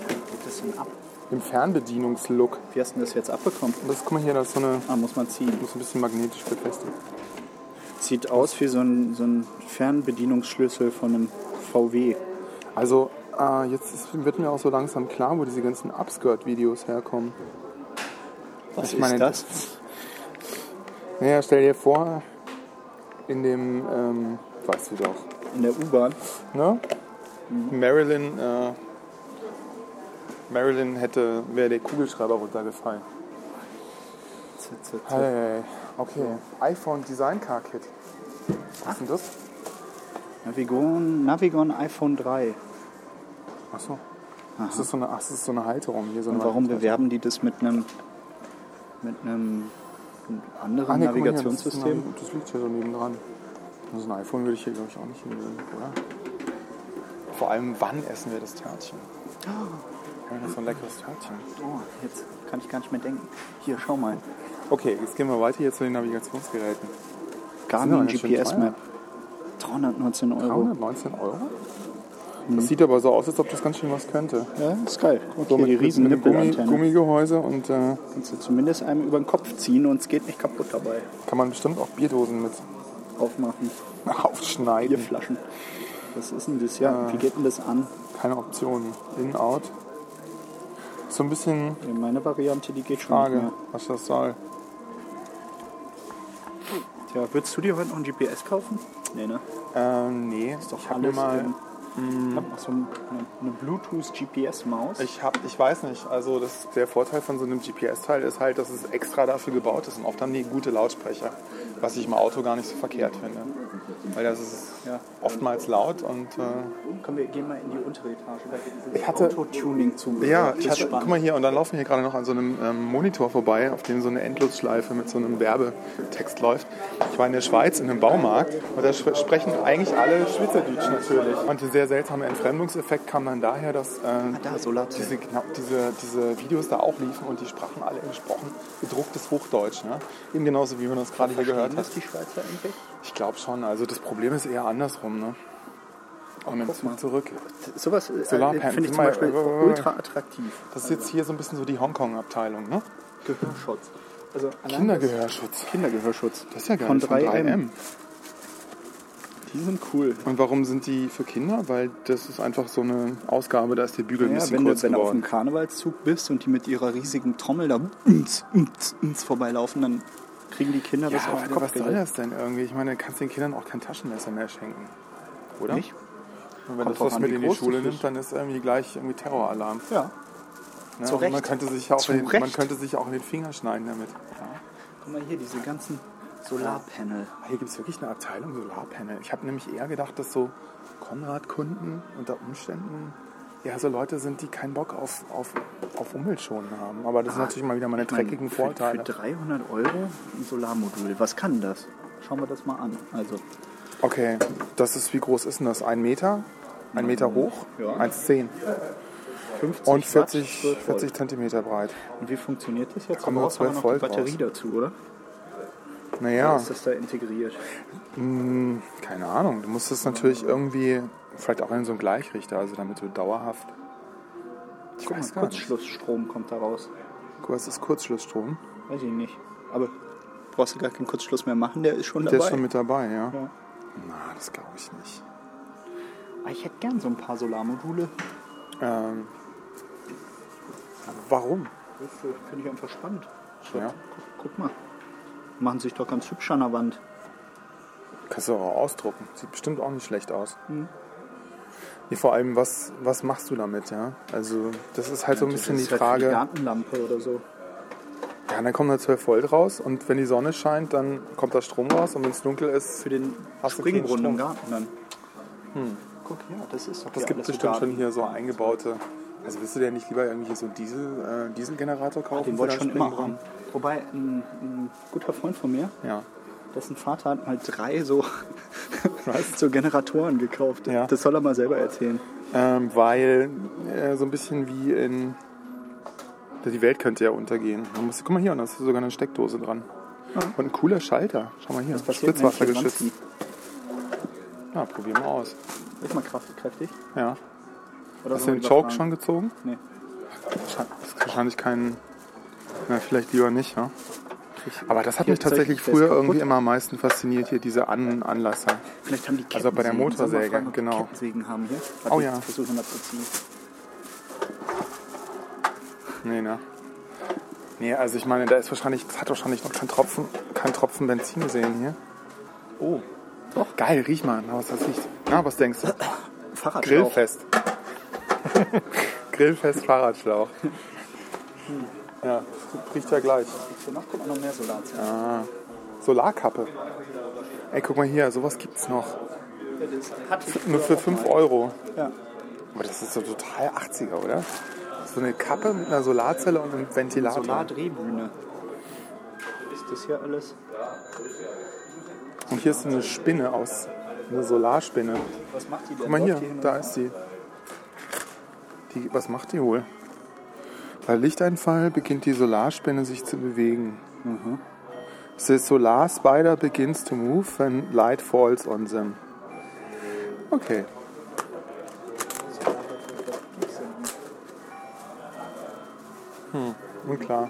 S2: Das ist ein Ab.
S1: Im Fernbedienungslook.
S2: Wie hast du das jetzt abbekommen?
S1: Und Das, guck mal hier, das ist so eine,
S2: Ah, muss man ziehen.
S1: muss ein bisschen magnetisch befestigt.
S2: Sieht aus wie so ein, so ein Fernbedienungsschlüssel von einem VW.
S1: Also, äh, jetzt ist, wird mir auch so langsam klar, wo diese ganzen Upskirt-Videos herkommen.
S2: Was
S1: Ich meine,
S2: ist das?
S1: Naja, stell dir vor, in dem, ähm, weißt du doch,
S2: In der U-Bahn.
S1: Ne? Marilyn, äh, Marilyn hätte, wäre der Kugelschreiber runtergefallen.
S2: Z- z- z-
S1: Hey, okay. iPhone Design Car Kit. Was ist denn das?
S2: Navigon, Navigon iPhone 3.
S1: Achso. Das ist so eine, ach, das ist so eine Halterung hier. So
S2: Und
S1: eine
S2: warum
S1: Halterung.
S2: bewerben die das mit einem, mit einem anderen
S1: Ah, nee, guck mal hier, das ist
S2: Navigationssystem?
S1: ein- Das liegt hier so nebendran. Also ein iPhone würde ich hier, glaube ich, auch nicht hinlegen, oder? Vor allem, wann essen wir das Törtchen? Ja, das ist so ein leckeres Törtchen.
S2: Oh, jetzt kann ich gar nicht mehr denken. Hier, schau mal.
S1: Okay, jetzt gehen wir weiter hier zu den Navigationsgeräten.
S2: Garmin
S1: Das ist ja ganz schön
S2: GPS-Map. 319 Euro.
S1: 319 Euro?
S2: Hm.
S1: Das sieht aber so aus, als ob das ganz schön was könnte.
S2: Ja, ist geil. Guck
S1: So
S2: hier, die
S1: mit, mit
S2: riesen
S1: einem Gummi,
S2: Nippelantenne.
S1: Gummigehäuse und äh,
S2: Kannst du zumindest einem über den Kopf ziehen und es geht nicht kaputt dabei.
S1: kann man bestimmt auch Bierdosen mit [laughs]
S2: Aufmachen.
S1: aufschneiden.
S2: Bierflaschen. Was ist denn das? Ja, wie geht denn das an?
S1: Keine Option. In, out. So ein bisschen
S2: Ja, Meine Variante, die geht schon
S1: Frage,
S2: nicht mehr.
S1: was das soll.
S2: Tja, würdest du dir heute noch ein GPS kaufen? Nee, ne?
S1: Ähm, nee, ist
S2: Doch
S1: ich habe mir
S2: alles
S1: mal.
S2: in- Ich hab noch so eine, eine Bluetooth-GPS-Maus.
S1: Ich, hab, ich weiß nicht, also das, der Vorteil von so einem GPS-Teil ist halt, dass es extra dafür gebaut ist und oft haben die gute Lautsprecher, was ich im Auto gar nicht so verkehrt finde. Weil das ist
S2: Ja.
S1: oftmals laut und äh,
S2: Komm, wir gehen mal in die untere Etage. Da geht dieses
S1: Ich hatte-
S2: Autotuning zu.
S1: Ja,
S2: Das
S1: ich
S2: ist
S1: hatte,
S2: spannend.
S1: guck mal hier, und dann laufen wir hier gerade noch an so einem ähm, Monitor vorbei, auf dem so eine Endlosschleife mit so einem Werbetext läuft. Ich war in der Schweiz in einem Baumarkt und da sch- sprechen eigentlich alle Schweizerdeutsch natürlich. Und der sehr seltsame Entfremdungseffekt kam dann daher, dass äh,
S2: Ah, da, Solarzellen.
S1: diese, genau, diese, diese Videos da auch liefen und die sprachen alle in gesprochen gedrucktes Hochdeutsch. Ne? Eben genauso, wie man das gerade hier gehört hat.
S2: Ist die Schweizer eigentlich?
S1: Ich glaube schon, also das Problem ist eher andersrum. Ne? Und dann
S2: guck mal.
S1: Zug zurück.
S2: Sowas äh,
S1: Solarpanels. äh,
S2: finde ich zum
S1: Mal-
S2: Beispiel ultra attraktiv.
S1: Das ist jetzt hier so ein bisschen so die Hongkong-Abteilung, ne?
S2: Gehörschutz. Also allein
S1: Kindergehörschutz.
S2: das- Kindergehörschutz.
S1: Das ist ja geil.
S2: Von 3M. Die sind cool.
S1: Und warum sind die für Kinder? Weil das ist einfach so eine Ausgabe, da ist der Bügel ein
S2: Ja,
S1: bisschen
S2: wenn du
S1: kurz
S2: wenn du auf
S1: geworden.
S2: einem Karnevalszug bist und die mit ihrer riesigen Trommel da ins, ins, ins vorbeilaufen, dann kriegen die Kinder das
S1: ja,
S2: auf den
S1: aber
S2: Kopf
S1: was soll
S2: gelegt.
S1: das denn irgendwie? Ich meine, du kannst den Kindern auch kein Taschenmesser mehr schenken. Oder?
S2: Nicht?
S1: Und wenn
S2: Kommt
S1: das
S2: drauf
S1: was
S2: an,
S1: mit
S2: wie
S1: in die
S2: groß das
S1: Schule
S2: ist.
S1: nimmt, dann ist irgendwie gleich irgendwie Terroralarm.
S2: Ja.
S1: Ne?
S2: Zu
S1: Und Man
S2: Recht.
S1: könnte sich ja auch
S2: Zu
S1: in, man
S2: Recht.
S1: könnte sich auch in den Finger schneiden damit.
S2: Guck mal hier, diese ganzen Solarpanel.
S1: Ah, Hier gibt es wirklich eine Abteilung Solarpanel. Ich habe nämlich eher gedacht, dass so Konrad-Kunden unter Umständen eher so Leute sind, die keinen Bock auf, auf, auf Umweltschonen haben. Aber das sind natürlich mal wieder meine dreckigen
S2: Ah, für,
S1: Vorteile.
S2: Für 300 Euro ein Solarmodul. Was kann das? Schauen wir das mal an. Also,
S1: Okay, das ist, wie groß ist denn das? Ein Meter? Ein Meter hoch?
S2: Mhm. Ja.
S1: 1,10.
S2: 50
S1: Und
S2: Watt,
S1: 40,
S2: 12 Volt.
S1: 40 Zentimeter breit.
S2: Und wie funktioniert das jetzt?
S1: kommen nur
S2: brauchst aber
S1: 12
S2: noch die
S1: Volt raus.
S2: Batterie
S1: Ah.
S2: dazu, oder? Oder
S1: Naja,
S2: Ist das da integriert?
S1: keine Ahnung. Du musst das natürlich irgendwie, vielleicht auch in so einen Gleichrichter, also damit du dauerhaft. Ich
S2: Guck mal, Kurzschlussstrom kommt da raus.
S1: Kurz ist Kurzschlussstrom.
S2: Weiß ich nicht. Aber brauchst du gar keinen Kurzschluss mehr machen, der ist schon
S1: Der
S2: dabei.
S1: ist schon mit dabei, ja?
S2: Ja.
S1: Na, das glaube ich nicht.
S2: Ah, ich hätte gern so ein paar Solarmodule.
S1: Ähm, warum?
S2: Das finde ich einfach spannend. Schau,
S1: Ja.
S2: guck, guck mal. Machen sich doch ganz hübsch an der Wand.
S1: Kannst du auch ausdrucken. Sieht bestimmt auch nicht schlecht aus.
S2: Hm.
S1: Nee, vor allem, was, was machst du damit, ja? Also, das ist halt so ein bisschen
S2: das
S1: die
S2: ist halt für
S1: Frage.
S2: Die Gartenlampe oder so.
S1: Ja, dann kommen da 12 Volt raus und wenn die Sonne scheint, dann kommt da Strom raus und wenn es dunkel ist,
S2: Für den
S1: Hast du
S2: Springbrunnen im
S1: keinen Strom? Hm.
S2: Garten dann. Guck, ja, das ist doch
S1: das
S2: ja
S1: gibt
S2: alles so
S1: bestimmt
S2: Garten.
S1: schon hier so eingebaute. Also willst du dir nicht lieber irgendwie so einen Diesel, äh, Dieselgenerator kaufen?
S2: Den
S1: für
S2: wollte ich
S1: deinen
S2: schon immer haben.
S1: Springbrunnen?
S2: Wobei, ein, ein guter Freund von mir,
S1: Ja.
S2: dessen Vater hat mal drei so, [laughs] so Generatoren gekauft.
S1: Ja.
S2: Das soll er mal selber erzählen.
S1: Ähm, weil äh, so ein bisschen wie in. Die Welt könnte ja untergehen. Man muss, guck mal hier, und da ist sogar eine Steckdose dran. Und ein cooler Schalter. Schau mal hier,
S2: Ah. passiert, wenn ich hier
S1: Spritzwassergeschützt.
S2: sonst
S1: Ja, probieren wir aus.
S2: Ist mal kraft, kräftig.
S1: Ja.
S2: Oder
S1: Hast du
S2: sollen
S1: den
S2: wir
S1: Choke schon
S2: überfahren?
S1: gezogen?
S2: Nee.
S1: Das ist wahrscheinlich kein. Na, vielleicht lieber nicht, ja. Aber das hat
S2: Hier
S1: mich
S2: ist Zeug,
S1: tatsächlich
S2: der ist
S1: früher
S2: kaputt.
S1: irgendwie immer am meisten fasziniert, hier diese An Anlasser.
S2: Vielleicht haben die
S1: Also bei der
S2: Kettensägen. Sollen wir mal
S1: Motorsäge,
S2: fragen, ob die
S1: genau.
S2: Kettensägen haben hier.
S1: Oh
S2: ich
S1: ja.
S2: versuche mal zu ziehen.
S1: Nee, ne? Nee, also ich meine, da ist wahrscheinlich, das hat wahrscheinlich noch kein Tropfen, kein Tropfen Benzin gesehen hier. Oh. Doch. Geil, riech mal, na, was das riecht. Na, was denkst du?
S2: Fahrradschlauch.
S1: Grillfest. [laughs] Grillfest Fahrradschlauch. Ja, das riecht ja gleich.
S2: Danach kommt noch mehr Solarzellen.
S1: Solarkappe. Ey, guck mal hier, sowas gibt's noch.
S2: Ja, das hatte ich
S1: Nur für
S2: auch mal.
S1: 5 Euro.
S2: Ja.
S1: Aber das ist so total 80er, oder? So eine Kappe mit einer Solarzelle und einem Ventilator.
S2: Solardrehbühne. Ist das hier alles?
S1: Und hier ist eine Spinne aus, eine Solarspinne.
S2: Was macht die denn?
S1: Guck mal
S2: Läuft
S1: hier,
S2: die hin und
S1: da
S2: her?
S1: ist sie. Die, was macht die wohl? Bei Lichteinfall beginnt die Solarspinne sich zu bewegen. Mhm. The solar spider begins to move when light falls on them. Okay. Hm, unklar.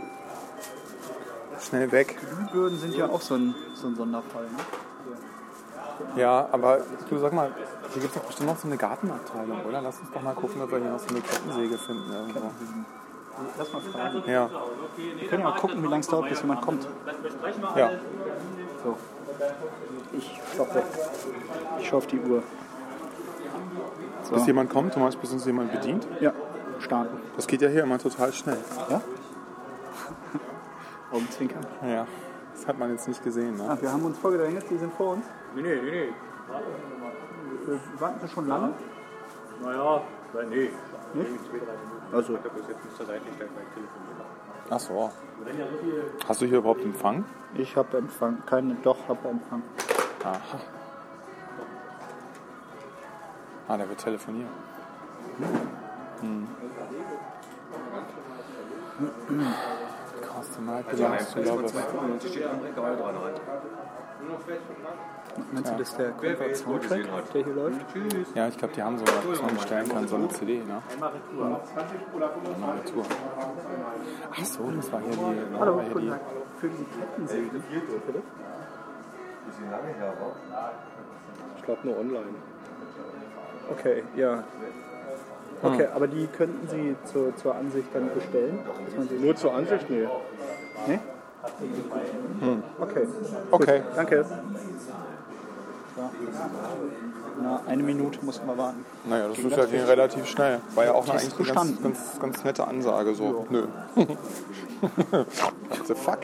S1: Schnell weg.
S2: Glühbirnen sind ja auch so ein, so ein Sonderfall. Ne?
S1: Ja, aber du sag mal, hier gibt es doch bestimmt noch so eine Gartenabteilung, oder? Lass uns doch mal gucken, ob wir hier noch so eine Kettensäge finden. Irgendwo.
S2: Lass mal fragen.
S1: Ja,
S2: Wir können ja mal gucken, wie lange es dauert, bis jemand kommt.
S1: ja.
S2: So. Ich stoppe. Ich schaue auf die Uhr. So.
S1: Bis jemand kommt, Thomas, bis uns jemand bedient.
S2: Ja, starten.
S1: Das geht ja hier immer total schnell.
S2: Ja? Augenzwinkern.
S1: Ja. Das hat man jetzt nicht gesehen, ne?
S2: Ah, wir haben uns vorgedrängelt, die sind vor uns. Nee, nee, nee. Warten Sie schon lange?
S4: Naja, nein, nee.
S2: Also,
S4: Ich habe bis jetzt nicht zur Seite gestellt, weil ich telefoniere.
S2: Ah.
S1: Ach so. Hast du hier überhaupt Empfang?
S2: ich habe Empfang. Keine, doch, habe Empfang.
S1: Aha. Ah, der wird telefonieren. Hm. Hm. Customer belongs to lovers.
S4: Die steht am Regal dran rein.
S2: Meinst du, dass der Konrad Soundtrack, der hier läuft?
S1: Ja, ich glaube, die haben sogar, dass man bestellen kann, so eine CD, ne? Einmal Retour. Ach so, das war hier die...
S2: Hallo,
S1: war hier
S2: guten
S1: die
S2: Tag. Für diese Kettensägen.
S4: Ich glaube nur online.
S2: Okay, ja. Okay, aber die könnten Sie zur, zur Ansicht dann bestellen? Dass man sie
S4: Nur zur Ansicht? Nee.
S2: ne? Hm. Okay,
S1: okay.
S2: danke. Ja. Na, eine Minute mussten wir warten.
S1: Naja, das ist ja ging relativ schnell. War ja auch eigentlich eine ganz,
S2: bestanden.
S1: ganz, ganz nette Ansage so. Nö. [laughs] What the fuck?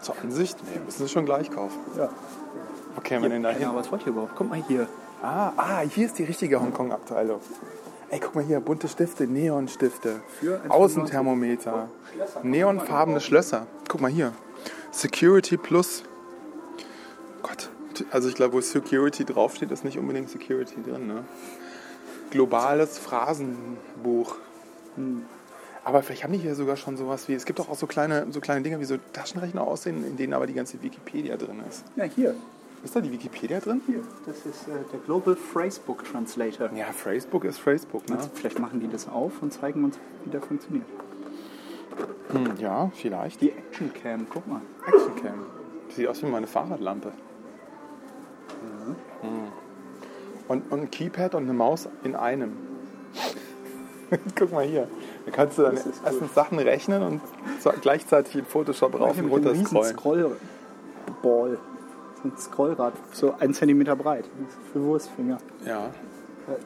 S1: Zur Ansicht? Nee, müssen sie schon gleich kaufen.
S2: Ja.
S1: Wo kämen wir denn da hin?
S2: Genau, was wollt ihr überhaupt? Guck mal hier.
S1: Ah, ah, hier ist die richtige Hongkong-Abteilung. Ey, guck mal hier, bunte Stifte, Neonstifte,
S2: Für 1,95.
S1: Außenthermometer, neonfarbene Schlösser. Guck mal hier, Security Plus. Gott, also ich glaube, wo Security draufsteht, ist nicht unbedingt Security drin, ne? Globales Phrasenbuch. Aber vielleicht haben die hier sogar schon sowas wie, es gibt doch auch so kleine, so kleine Dinge, wie so Taschenrechner aussehen, in denen aber die ganze Wikipedia drin ist.
S2: Ja, hier.
S1: Ist da die Wikipedia drin?
S2: Hier. Das ist äh, der Global Phrasebook Translator.
S1: Ja, Facebook ist Facebook, ne?
S2: Vielleicht machen die das auf und zeigen uns, wie der funktioniert.
S1: Hm, ja, vielleicht.
S2: Die Actioncam, guck mal.
S1: Actioncam. Sieht aus wie meine Fahrradlampe.
S2: Mhm.
S1: Hm. Und, und ein Keypad und eine Maus in einem. [laughs] Guck mal hier. Da kannst du dann erstens Sachen rechnen und so- gleichzeitig in Photoshop rauf
S2: Hier
S1: und
S2: mit dem
S1: runter
S2: riesen
S1: scrollen.
S2: Scrollball. So ein Scrollrad, so ein Zentimeter breit. Für Wurstfinger.
S1: Ja,
S2: Äh,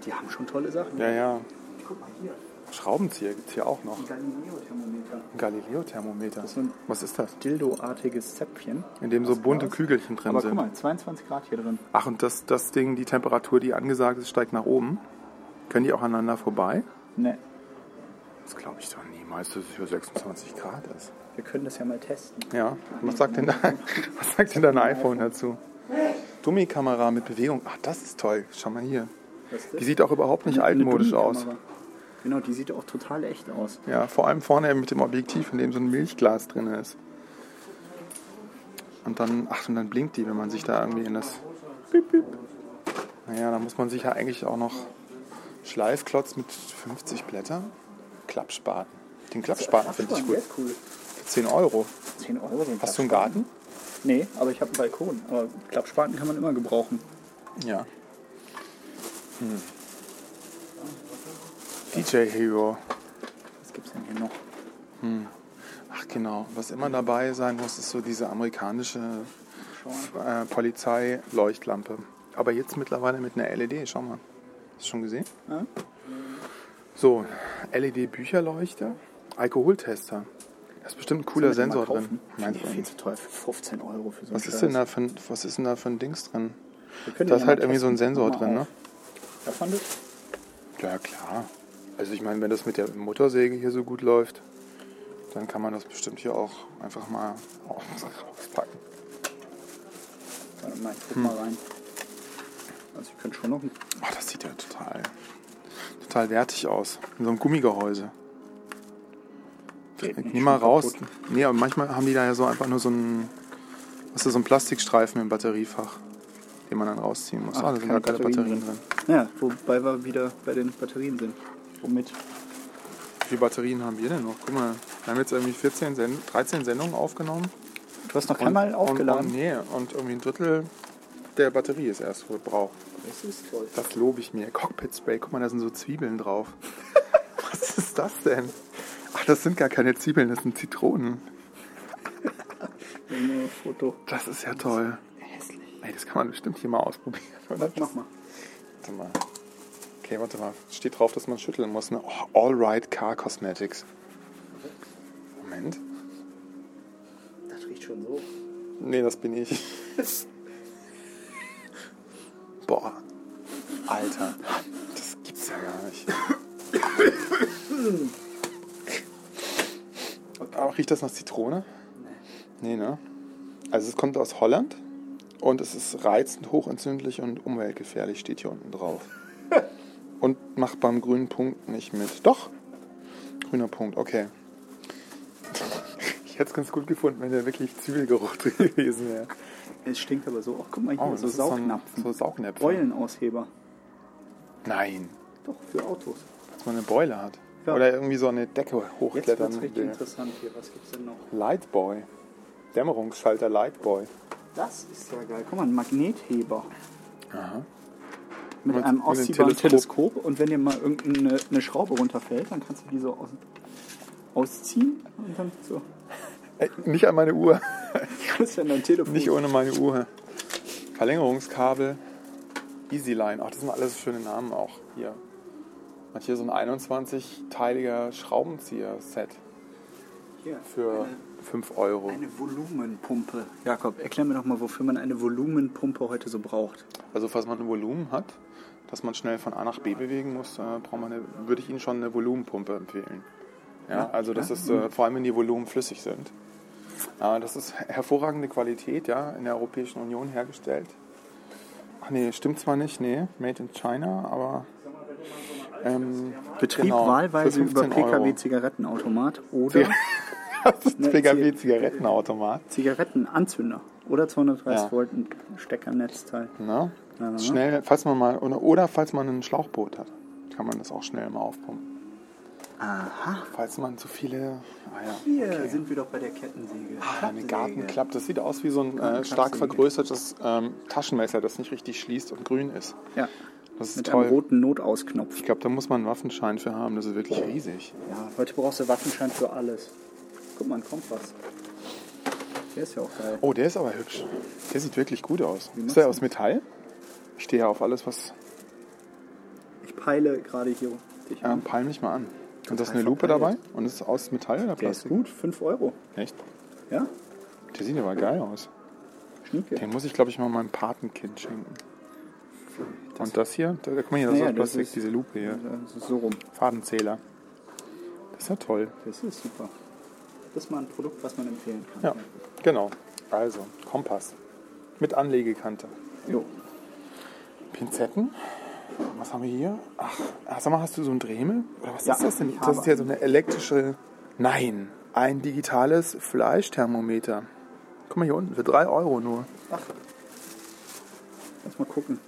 S2: Die haben schon tolle Sachen.
S1: ja, ja.
S2: Guck mal hier,
S1: Schraubenzieher gibt es hier auch noch.
S2: ein Galileo-Thermometer.
S1: Ein Galileo-Thermometer.
S2: ist so ein-
S1: Was ist das?
S2: Dildo-artiges Zäpfchen.
S1: In dem so bunte
S2: war's?
S1: Kügelchen drin
S2: Aber guck
S1: sind.
S2: mal, 22 Grad hier drin.
S1: Ach, und das, das Ding, die Temperatur, die angesagt ist, steigt nach oben. Können die auch aneinander vorbei?
S2: Ne,
S1: Das glaube ich doch niemals, dass es hier 26 Grad ist.
S2: wir können das ja mal testen.
S1: Ja, was sagt denn, dein- [laughs] was sagt denn dein iPhone dazu? Dummy-Kamera mit Bewegung. Ach, das ist toll. Schau mal hier.
S2: Was ist
S1: Die sieht auch überhaupt nicht altmodisch aus.
S2: Genau, die sieht auch total echt aus.
S1: Ja, vor allem vorne mit dem Objektiv, in dem so ein Milchglas drin ist. Und dann, ach, und dann blinkt die, wenn man sich da irgendwie in das. Piep, piep. Naja, da muss man sich ja eigentlich auch noch Schleifklotz mit 50 Blättern. Klappspaten. Den Klappspaten finde ich
S2: Abspann, der
S1: gut.
S2: ist cool.
S1: 10 Euro.
S2: 10 Euro. den
S1: Hast du einen
S2: Klappspaten.
S1: Garten?
S2: Nee, aber ich habe einen Balkon. Aber Klappspaten kann man immer gebrauchen.
S1: Ja. Hm. DJ Hero.
S2: Was gibt's denn hier noch?
S1: Ach genau, was immer dabei sein muss, ist so diese amerikanische
S2: Schau mal.
S1: äh, Polizeileuchtlampe. Aber jetzt mittlerweile mit einer LED, schau mal. Hast du schon gesehen?
S2: Ja.
S1: So, LED-Bücherleuchter, Alkoholtester. Da ist bestimmt ein cooler
S2: Sollen wir
S1: Sensor
S2: den mal
S1: drin.
S2: kaufen?
S1: Meinst
S2: Finde ich
S1: du?
S2: viel zu teuer für 15 Euro für so
S1: Was
S2: einen
S1: ist, denn da für ein, was ist denn da für ein Dings drin?
S2: Wir können
S1: Da
S2: den
S1: ist
S2: ja
S1: halt
S2: mal
S1: irgendwie so ein
S2: testen.
S1: Sensor
S2: Mach mal
S1: drin, ne?
S2: auf. Ja, fand ich.
S1: Ja, klar. Also ich meine, wenn das mit der Motorsäge hier so gut läuft, dann kann man das bestimmt hier auch einfach mal auspacken.
S2: Warte mal, ich guck
S1: Hm.
S2: mal rein. Also ich könnte schon noch ein
S1: Oh, das sieht ja total, total wertig aus. In so einem Gummigehäuse. Nimm mal raus. Nee, aber manchmal haben die da ja so einfach nur so einen, was ist so ein Plastikstreifen im Batteriefach, den man dann rausziehen muss.
S2: Ach,
S1: Ah, da sind
S2: keine
S1: gar keine
S2: Batterien
S1: Batterien drin.
S2: Ja, wobei wir wieder bei den Batterien sind. Womit?
S1: Wie viele Batterien haben wir denn noch? Guck mal, wir haben jetzt irgendwie 14, Send 13 Sendungen aufgenommen.
S2: Du hast noch keinmal
S1: Und,
S2: aufgeladen.
S1: und, nee, und irgendwie ein Drittel der Batterie ist erst verbraucht.
S2: das ist toll.
S1: Das lobe ich mir. Cockpit Spray, guck mal, da sind so Zwiebeln drauf.
S2: [laughs]
S1: Was ist das denn? Ach, das sind gar keine Zwiebeln, das sind Zitronen.
S2: Ein Foto.
S1: Das ist ja toll.
S2: Hässlich.
S1: Ey, das kann man bestimmt hier mal ausprobieren, oder?
S2: Mach mal.
S1: Warte mal. Okay, warte mal. Steht drauf, dass man schütteln muss, ne? Oh, All Right Car Cosmetics. Moment.
S2: Das riecht schon so.
S1: Nee, das bin ich. Boah. Alter. Das gibt's ja gar nicht. Aber riecht das nach Zitrone? Nee. Nee, ne? Also es kommt aus Holland und es ist reizend, hochentzündlich und umweltgefährlich, steht hier unten drauf. und macht beim grünen Punkt nicht mit. Doch! Grüner Punkt, okay. Ich hätte es ganz gut gefunden, wenn da wirklich Zwiebelgeruch [laughs] drin gewesen wäre.
S2: Es stinkt aber so. Ach, guck mal hier,
S1: Oh, das
S2: so
S1: ist so ein-
S2: Saugnapfen.
S1: so Saugnäpfe.
S2: Eulenaushebler.
S1: Nein.
S2: Doch, für Autos.
S1: Dass man eine Beule hat.
S2: Ja.
S1: Oder irgendwie so eine Decke
S2: Jetzt wird es
S1: hochklettern
S2: richtig
S1: will.
S2: interessant hier. Was gibt's denn noch?
S1: Lightboy. Dämmerungsschalter Lightboy.
S2: Das ist ja geil. Guck mal, ein Magnetheber.
S1: Aha.
S2: Mit
S1: Mit-
S2: einem
S1: mit dem
S2: ausziehbaren
S1: Teleskop.
S2: Teleskop. Und wenn dir mal irgendeine eine Schraube runterfällt, dann kannst du die so aus, ausziehen und dann so. [laughs]
S1: Ey, nicht an meine Uhr. [laughs]
S2: Das ist ja dein Telefon.
S1: Nicht ohne meine Uhr. Verlängerungskabel. Easyline. Ach, das sind alles schöne Namen auch hier. Hat hier so ein 21-teiliger Schraubenzieher-Set
S2: Hier.
S1: für 5 Euro.
S2: Eine Volumenpumpe. Jakob, erklär mir doch mal, wofür man eine Volumenpumpe heute so braucht.
S1: Also falls man ein Volumen hat, dass man schnell von A nach B bewegen muss, äh, braucht man eine, würde ich Ihnen schon eine Volumenpumpe empfehlen. Ja, also das ist äh, vor allem, wenn die Volumen flüssig sind. Äh, das ist hervorragende Qualität, ja, in der Europäischen Union hergestellt. Ach nee, stimmt zwar nicht, nee, made in China, [laughs] aber ähm, [laughs]
S2: Betrieb
S1: Genau,
S2: wahlweise
S1: für
S2: über
S1: 15 Euro.
S2: PKW-Zigarettenautomat oder
S1: das ist
S2: Ne,
S1: PKW
S2: Ziel-
S1: Zigarettenautomat.
S2: Zigarettenanzünder oder 230
S1: Ja.
S2: Volt Steckernetzteil.
S1: Ne? Schnell, falls man mal oder, oder falls man ein Schlauchboot hat, kann man das auch schnell mal aufpumpen.
S2: Aha.
S1: Falls man zu viele. Ah, ja.
S2: Hier sind wir doch bei der Kettensäge.
S1: Eine Gartenklappe. Das sieht aus wie so ein äh, stark
S2: Klappsäge.
S1: vergrößertes ähm, Taschenmesser, das nicht richtig schließt und grün ist.
S2: Ja.
S1: Das ist
S2: Mit
S1: toll.
S2: einem roten Notausknopf.
S1: Ich glaube, da muss man einen Waffenschein für haben. Das ist wirklich riesig.
S2: Ja, heute brauchst du Waffenschein für alles. Guck mal, ein Kompass. Der ist ja auch geil.
S1: Oh, der ist aber hübsch. Der sieht wirklich gut aus.
S2: machst
S1: Ist der
S2: du
S1: aus Metall? Ich stehe ja auf alles, was.
S2: Ich peile gerade hier dich
S1: Ähm,
S2: an.
S1: peil mich mal an. Und das ist
S2: Total
S1: eine Lupe dabei?
S2: verpeilt.
S1: Und ist es aus Metall oder
S2: Der ist
S1: Plastik?
S2: gut, 5 Euro.
S1: Echt?
S2: Ja?
S1: Der sieht aber geil aus.
S2: Schnieke.
S1: Den muss ich, glaube ich, mal meinem Patenkind schenken. Und das hier? Da, guck mal hier, das ist
S2: Naja,
S1: aus
S2: das
S1: Plastik,
S2: ist-
S1: diese Lupe hier.
S2: Das ist so rum.
S1: Fadenzähler. Das ist ja toll.
S2: Das ist super. Das ist mal ein Produkt, was man empfehlen kann.
S1: Ja, genau. Also, Kompass. Mit Anlegekante.
S2: Jo.
S1: Pinzetten. Was haben wir hier? Ach, ah, sag mal, hast du so einen Dremel? Oder was
S2: Ja,
S1: ist das denn?
S2: ich
S1: Das ist
S2: habe
S1: ja so eine elektrische. Nein, ein digitales Fleischthermometer. Guck mal hier unten, für 3 Euro nur.
S2: Ach. Lass mal gucken.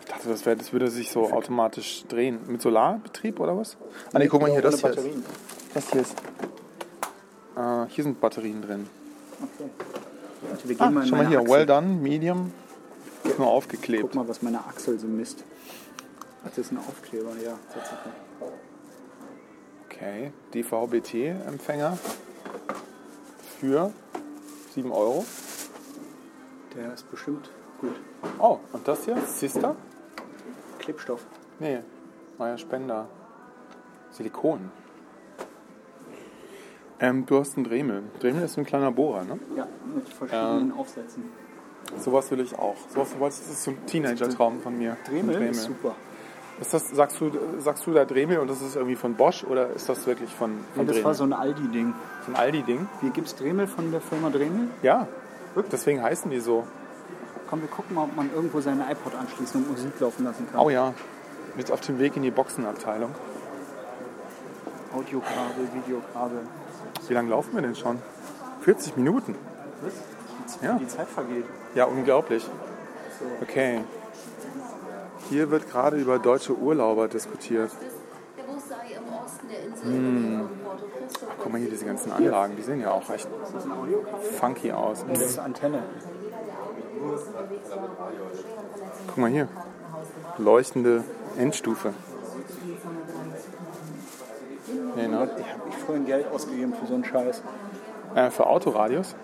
S1: Ich dachte, das, wär, das würde sich so automatisch drehen. Mit Solarbetrieb oder was? Ah, nee, guck mal hier,
S2: genau
S1: das
S2: Ohne
S1: hier. Ist,
S2: Batterien.
S1: das hier ist. Äh, hier sind Batterien drin.
S2: Okay. Warte, wir gehen
S1: Ah,
S2: mal in
S1: schau mal
S2: meine
S1: hier,
S2: Achsel.
S1: well done, medium. Ist nur
S2: Guck
S1: aufgeklebt.
S2: mal, was meine Achsel so misst. Ach, das ist ein Aufkleber, ja. Tatsache.
S1: Okay, DVB-T-Empfänger für 7 Euro.
S2: Der ist bestimmt gut.
S1: Oh, und das hier? Sister?
S2: Klebstoff.
S1: Nee, neuer Spender. Silikon. Ähm, du hast einen Dremel. Dremel ist so ein kleiner Bohrer, ne?
S2: Ja, mit verschiedenen
S1: Ähm,
S2: Aufsätzen.
S1: Sowas will ich auch. Sowas wollte ich, das ist so ein Teenager-Traum von mir.
S2: Dremel,
S1: Ein
S2: ist super.
S1: Ist das, sagst du, sagst du da Dremel und das ist irgendwie von Bosch oder ist das wirklich von,
S2: Ja,
S1: von
S2: das
S1: Dremel?
S2: war so ein Aldi-Ding.
S1: so ein Aldi-Ding.
S2: Hier gibt es Dremel von der Firma Dremel.
S1: Ja, deswegen heißen die so.
S2: Komm, wir gucken mal, ob man irgendwo seinen iPod anschließen und Musik laufen lassen kann.
S1: Oh ja, jetzt auf dem Weg in die Boxenabteilung.
S2: Audiokabel, Videokabel.
S1: Wie lange laufen wir denn schon? 40 Minuten.
S2: Was?
S1: Ja.
S2: Die Zeit vergeht.
S1: Ja, unglaublich. Okay. Hier wird gerade über deutsche Urlauber diskutiert.
S5: Der Bus sei im Osten der Insel in Richtung Porto Cristo.
S1: Guck mal hier, diese ganzen Anlagen, die sehen ja auch recht funky aus.
S2: Das ist Antenne.
S1: Guck mal hier. Leuchtende Endstufe. Nee, ne?
S2: Ich habe nicht vorhin Geld ausgegeben für so einen Scheiß.
S1: Äh, für Autoradios?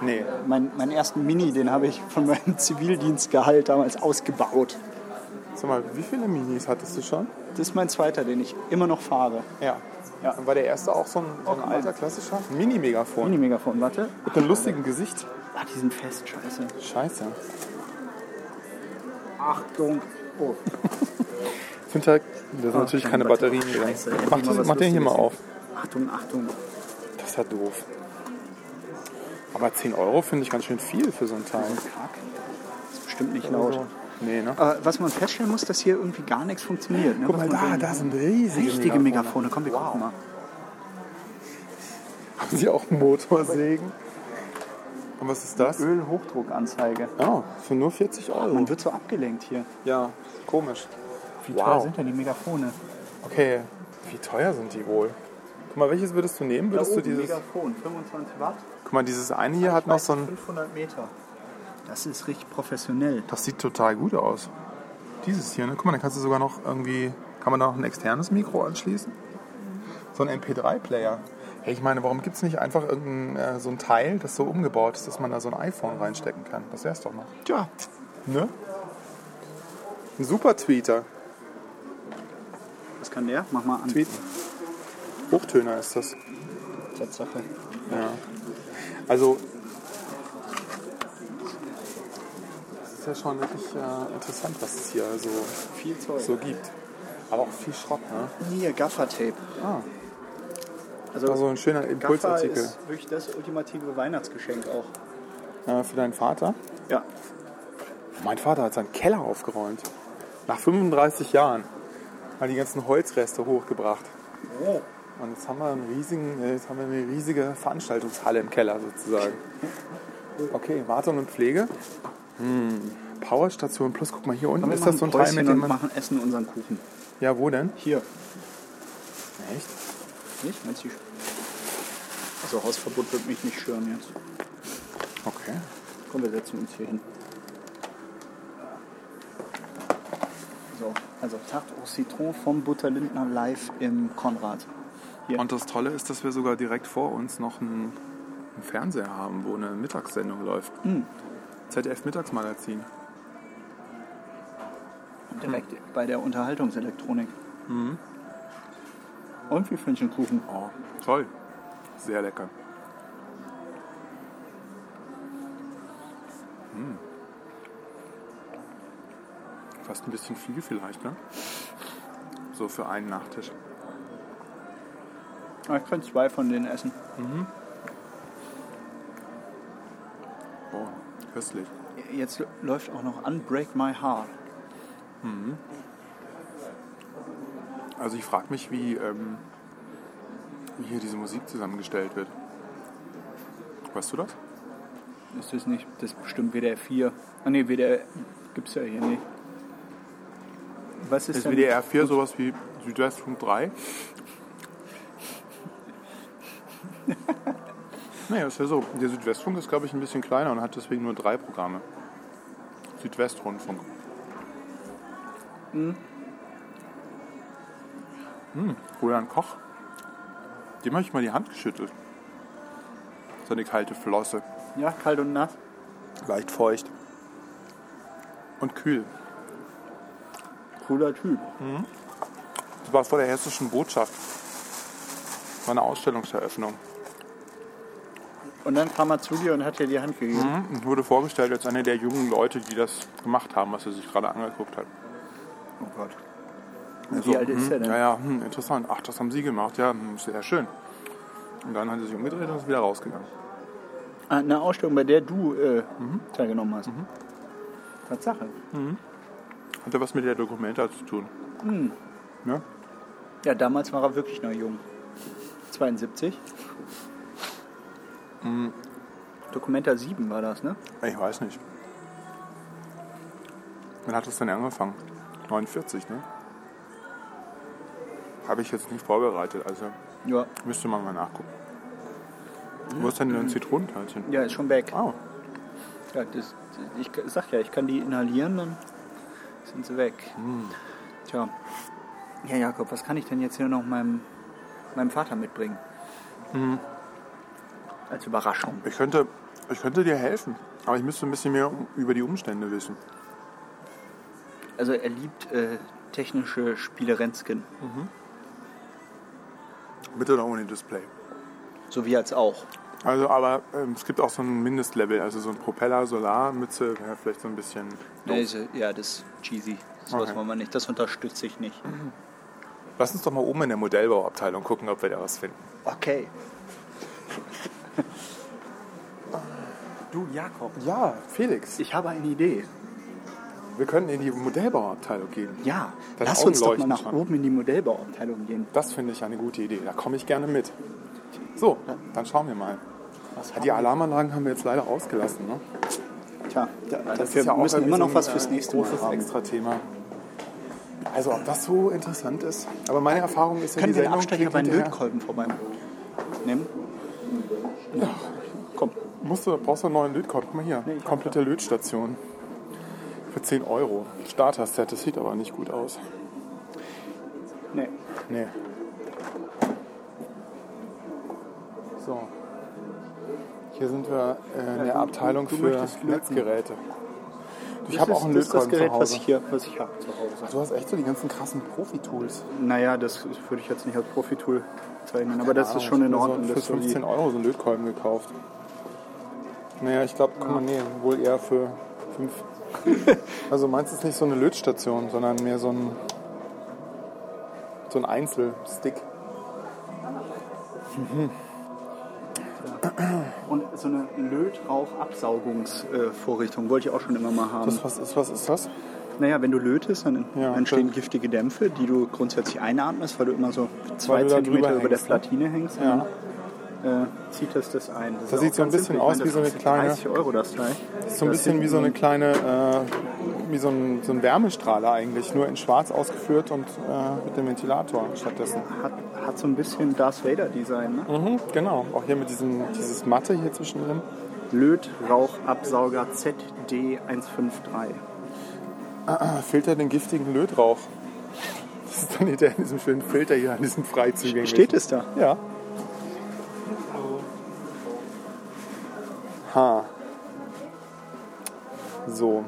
S1: Nee.
S2: Mein, meinen ersten Mini, den habe ich von meinem [laughs] Zivildienstgehalt damals ausgebaut.
S1: Sag mal, wie viele Minis hattest du schon?
S2: Das ist mein zweiter, den ich immer noch fahre.
S1: Ja. ja. War der erste auch so ein, so ein alter klassischer? Mini-Megafon.
S2: Mini-Megafon, warte.
S1: Mit einem lustigen Gesicht.
S2: Ah, die sind fest, scheiße.
S1: Scheiße.
S2: Achtung. Oh,
S1: Das sind halt, da sind natürlich keine
S2: Batterie.
S1: Batterien drin.
S2: Scheiße, endlich
S1: Mach,
S2: mal
S1: das,
S2: was
S1: mach den hier mal auf.
S2: Lustiges. Achtung, Achtung.
S1: Das ist ja doof. Aber 10 Euro finde ich ganz schön viel für so einen Teil.
S2: Kack. Ist bestimmt nicht laut.
S1: Also, nee, ne?
S2: Aber was man feststellen muss, dass hier irgendwie gar nichts funktioniert. Ne?
S1: Guck mal,
S2: Was man
S1: da,
S2: so-
S1: da sind riesige,
S2: Richtige Megafone, komm, wir gucken mal.
S1: Haben sie auch einen Motorsägen? Und was ist das?
S2: Ölhochdruckanzeige.
S1: Oh, für nur 40 Euro.
S2: Man wird so abgelenkt hier.
S1: Ja, komisch.
S2: Wie
S1: Wow.
S2: teuer sind denn die Megafone?
S1: Okay, wie teuer sind die wohl? Guck mal, welches würdest du nehmen? Würdest du dieses...
S2: Megafon, 25 Watt.
S1: Guck mal, dieses eine hier hat noch so ein...
S2: 500 Meter. Das ist richtig professionell.
S1: Das sieht total gut aus. Dieses hier, ne? Guck mal, dann kannst du sogar noch irgendwie. Kann man da noch ein externes Mikro anschließen? So ein MP3-Player. Hey, ich meine, warum gibt es nicht einfach irgendein äh, so ein Teil, das so umgebaut ist, dass man da so ein iPhone reinstecken kann? Das wär's doch mal.
S2: Tja,
S1: Ne? Ein super Tweeter.
S2: was kann der? Mach mal an.
S1: Tweet. Hochtöner ist das.
S2: Tatsache.
S1: Also. Das ist ja schon wirklich äh, interessant, was es hier so,
S2: Viel Zeug.
S1: so gibt. Aber auch viel Schrott, ne?
S2: Hier, Gaffer-Tape.
S1: Ah.
S2: Also,
S1: Also ein schöner
S2: Gaffer
S1: Impulsartikel.
S2: ist wirklich das ultimative Weihnachtsgeschenk auch.
S1: Äh, für deinen Vater?
S2: Ja.
S1: Mein Vater hat seinen Keller aufgeräumt. Nach 35 Jahren hat die ganzen Holzreste hochgebracht.
S2: Oh.
S1: Und jetzt haben wir, einen riesigen, äh, jetzt haben wir eine riesige Veranstaltungshalle im Keller sozusagen. Okay, Wartung und Pflege. Hm. Powerstation Plus, guck mal hier unten. Ist das so ein Teil, mit dem man.
S2: machen Essen unseren Kuchen.
S1: Ja, wo denn?
S2: Hier.
S1: Echt?
S2: Nicht? Meinst du? die- Also Hausverbot wird mich nicht stören jetzt.
S1: Okay.
S2: Komm, wir setzen uns hier hin. So, also Tarte au Citron vom Butterlindner live im Konrad. Ja.
S1: Und das Tolle ist, dass wir sogar direkt vor uns noch einen, einen Fernseher haben, wo eine Mittagssendung läuft. ZDF Mittagsmagazin.
S2: Direkt bei der Unterhaltungselektronik. Mhm. Und wie Frühchenkuchen.
S1: Oh, toll. Sehr lecker. Mm. Fast ein bisschen viel vielleicht, ne? So für einen Nachtisch.
S2: Ah, Ich könnte zwei von denen essen.
S1: Oh, köstlich.
S2: Jetzt läuft auch noch Unbreak My Heart.
S1: Also ich frage mich, wie, ähm, wie hier diese Musik zusammengestellt wird. Weißt du das?
S2: Ist das nicht? Das ist bestimmt WDR 4. Ah ne, WDR gibt's ja hier nicht. Was ist,
S1: Ist
S2: denn-
S1: WDR 4 sowas wie Südwestfunk 3? [laughs] naja, ist ja so. Der Südwestfunk ist, glaube ich, ein bisschen kleiner und hat deswegen nur drei Programme. Südwestrundfunk. Hm, Roland Koch. Dem habe ich mal die Hand geschüttelt. So eine kalte Flosse.
S2: Ja, kalt und nass.
S1: Leicht feucht. Und kühl.
S2: Cooler Typ.
S1: Das war vor der hessischen Botschaft. War eine Ausstellungseröffnung.
S2: Und dann kam er zu dir und hat dir die Hand gegeben.
S1: Und wurde vorgestellt als einer der jungen Leute, die das gemacht haben, was er sich gerade angeguckt hat.
S2: Oh Gott.
S1: Also,
S2: Wie alt ist
S1: hm,
S2: er denn?
S1: Ja, ja, hm, interessant. Ach, das haben Sie gemacht. Ja, hm, sehr schön. Und dann hat er sich umgedreht und ist wieder rausgegangen.
S2: Ah, Eine Ausstellung, bei der du äh, teilgenommen hast. Tatsache.
S1: Hatte was mit der Dokumenta zu tun. Ja?
S2: Ja, damals war er wirklich noch jung. 72. Dokumenta 7 war das, ne?
S1: Ich weiß nicht. Wann hat das denn angefangen? 49, ne? Habe ich jetzt nicht vorbereitet, also
S2: Ja.
S1: müsste man mal nachgucken. Wo ist denn ein Zitronenteilchen? Ah,
S2: Ja, ist schon weg.
S1: Wow.
S2: Ja, das, ich sag ja, ich kann die inhalieren, dann sind sie weg. Tja. Ja, Jakob, was kann ich denn jetzt hier noch meinem, meinem Vater mitbringen? Als Überraschung.
S1: Ich könnte, ich könnte dir helfen, aber ich müsste ein bisschen mehr um- über die Umstände wissen.
S2: Also er liebt äh, technische Spiele Rendskin.
S1: Bitte doch ohne Display.
S2: So wie als auch.
S1: Also, aber ähm, es gibt auch so ein Mindestlevel, also so ein Propeller, Solarmütze, wäre vielleicht so ein bisschen. doof.
S2: Also, ja, das ist cheesy. Sowas
S1: Okay.
S2: wollen wir nicht. Das unterstütze ich nicht.
S1: Lass uns doch mal oben in der Modellbauabteilung gucken, ob wir da was finden.
S2: Okay.
S1: Du, Jakob. Ja, Felix.
S2: Ich habe eine Idee.
S1: Wir könnten in die Modellbauabteilung gehen.
S2: Ja,
S1: Da ist
S2: lass uns doch mal
S1: Augenleuchten
S2: nach
S1: dran.
S2: oben in die Modellbauabteilung gehen.
S1: Das finde ich eine gute Idee. Da komme ich gerne mit. So, dann schauen wir mal.
S2: Was
S1: Die Alarmanlagen haben wir jetzt leider ausgelassen. Ne?
S2: Tja, da,
S1: Das
S2: dafür
S1: ist ja auch
S2: müssen wir immer
S1: irgendwie
S2: noch was
S1: so ein,
S2: fürs
S1: äh,
S2: nächste Mal
S1: großes
S2: haben.
S1: Extra-Thema. Also ob das so interessant ist. Aber meine Erfahrung ist ja,
S2: Äh, Können
S1: die
S2: wir
S1: Sendung
S2: einen Abstecher
S1: klingt
S2: bei
S1: hinterher-
S2: Lötkolben vorbei nehmen? Komm,
S1: Musst du, brauchst du einen neuen Lötkolben? Guck mal hier,
S2: Nee, ich hab
S1: komplette Lötstation. Für 10 Euro. Starter-Set, das sieht aber nicht gut aus.
S2: nee.
S1: Nee. So. Hier sind wir äh, in der Abteilung
S2: du
S1: für
S2: möchtest löten.
S1: Netzgeräte. Du, Ich
S2: Das
S1: habe
S2: ist-
S1: auch einen
S2: das ist das
S1: Lötkolben zu
S2: Gerät, was
S1: Hause.
S2: ich hier was ich habe zu Hause.
S1: Du hast echt so die ganzen krassen Profi-Tools.
S2: Naja, das würde ich jetzt nicht als Profi-Tool zeichnen, aber das ist
S1: Ja,
S2: schon
S1: ich hab mir
S2: in Ordnung.
S1: So für
S2: dass du die-
S1: 15 Euro so einen Lötkolben gekauft. Naja, ich glaube, guck mal, nee, wohl eher für 5.
S2: [laughs]
S1: also meins ist nicht so eine Lötstation, sondern mehr so ein, so ein Einzelstick.
S2: Und so eine Lötrauchabsaugungsvorrichtung wollte ich auch schon immer mal haben.
S1: Das, was, ist, was ist das?
S2: naja, wenn du lötest, dann
S1: Ja,
S2: entstehen
S1: dann-
S2: giftige Dämpfe, die du grundsätzlich einatmest, weil du immer so
S1: Weil
S2: zwei
S1: du da
S2: Zentimeter
S1: drüber
S2: über der
S1: hängst, ne?
S2: Platine hängst.
S1: Ja.
S2: äh, zieht es das ein.
S1: Das
S2: ist
S1: sieht
S2: auch
S1: so ein
S2: ganz
S1: bisschen
S2: simpel. Ich
S1: aus
S2: meine,
S1: wie so eine
S2: das kostet
S1: kleine-
S2: 30 Euro das Teil.
S1: Ist so ein
S2: Das
S1: bisschen
S2: sieht
S1: wie so eine
S2: man-
S1: kleine, äh, wie so ein, so ein Wärmestrahler eigentlich, nur in schwarz ausgeführt und äh, mit dem Ventilator stattdessen.
S2: Hat, hat so ein bisschen Darth Vader Design. Ne?
S1: Mhm, genau, auch hier mit diesem dieses Matte hier zwischendrin.
S2: Lötrauchabsauger ZD153.
S1: Ah, filter den giftigen Lötrauch. Das ist dann hinterher in diesem schönen Filter hier, an diesem frei zugänglichen.
S2: Steht es da?
S1: Ja. Ha. So.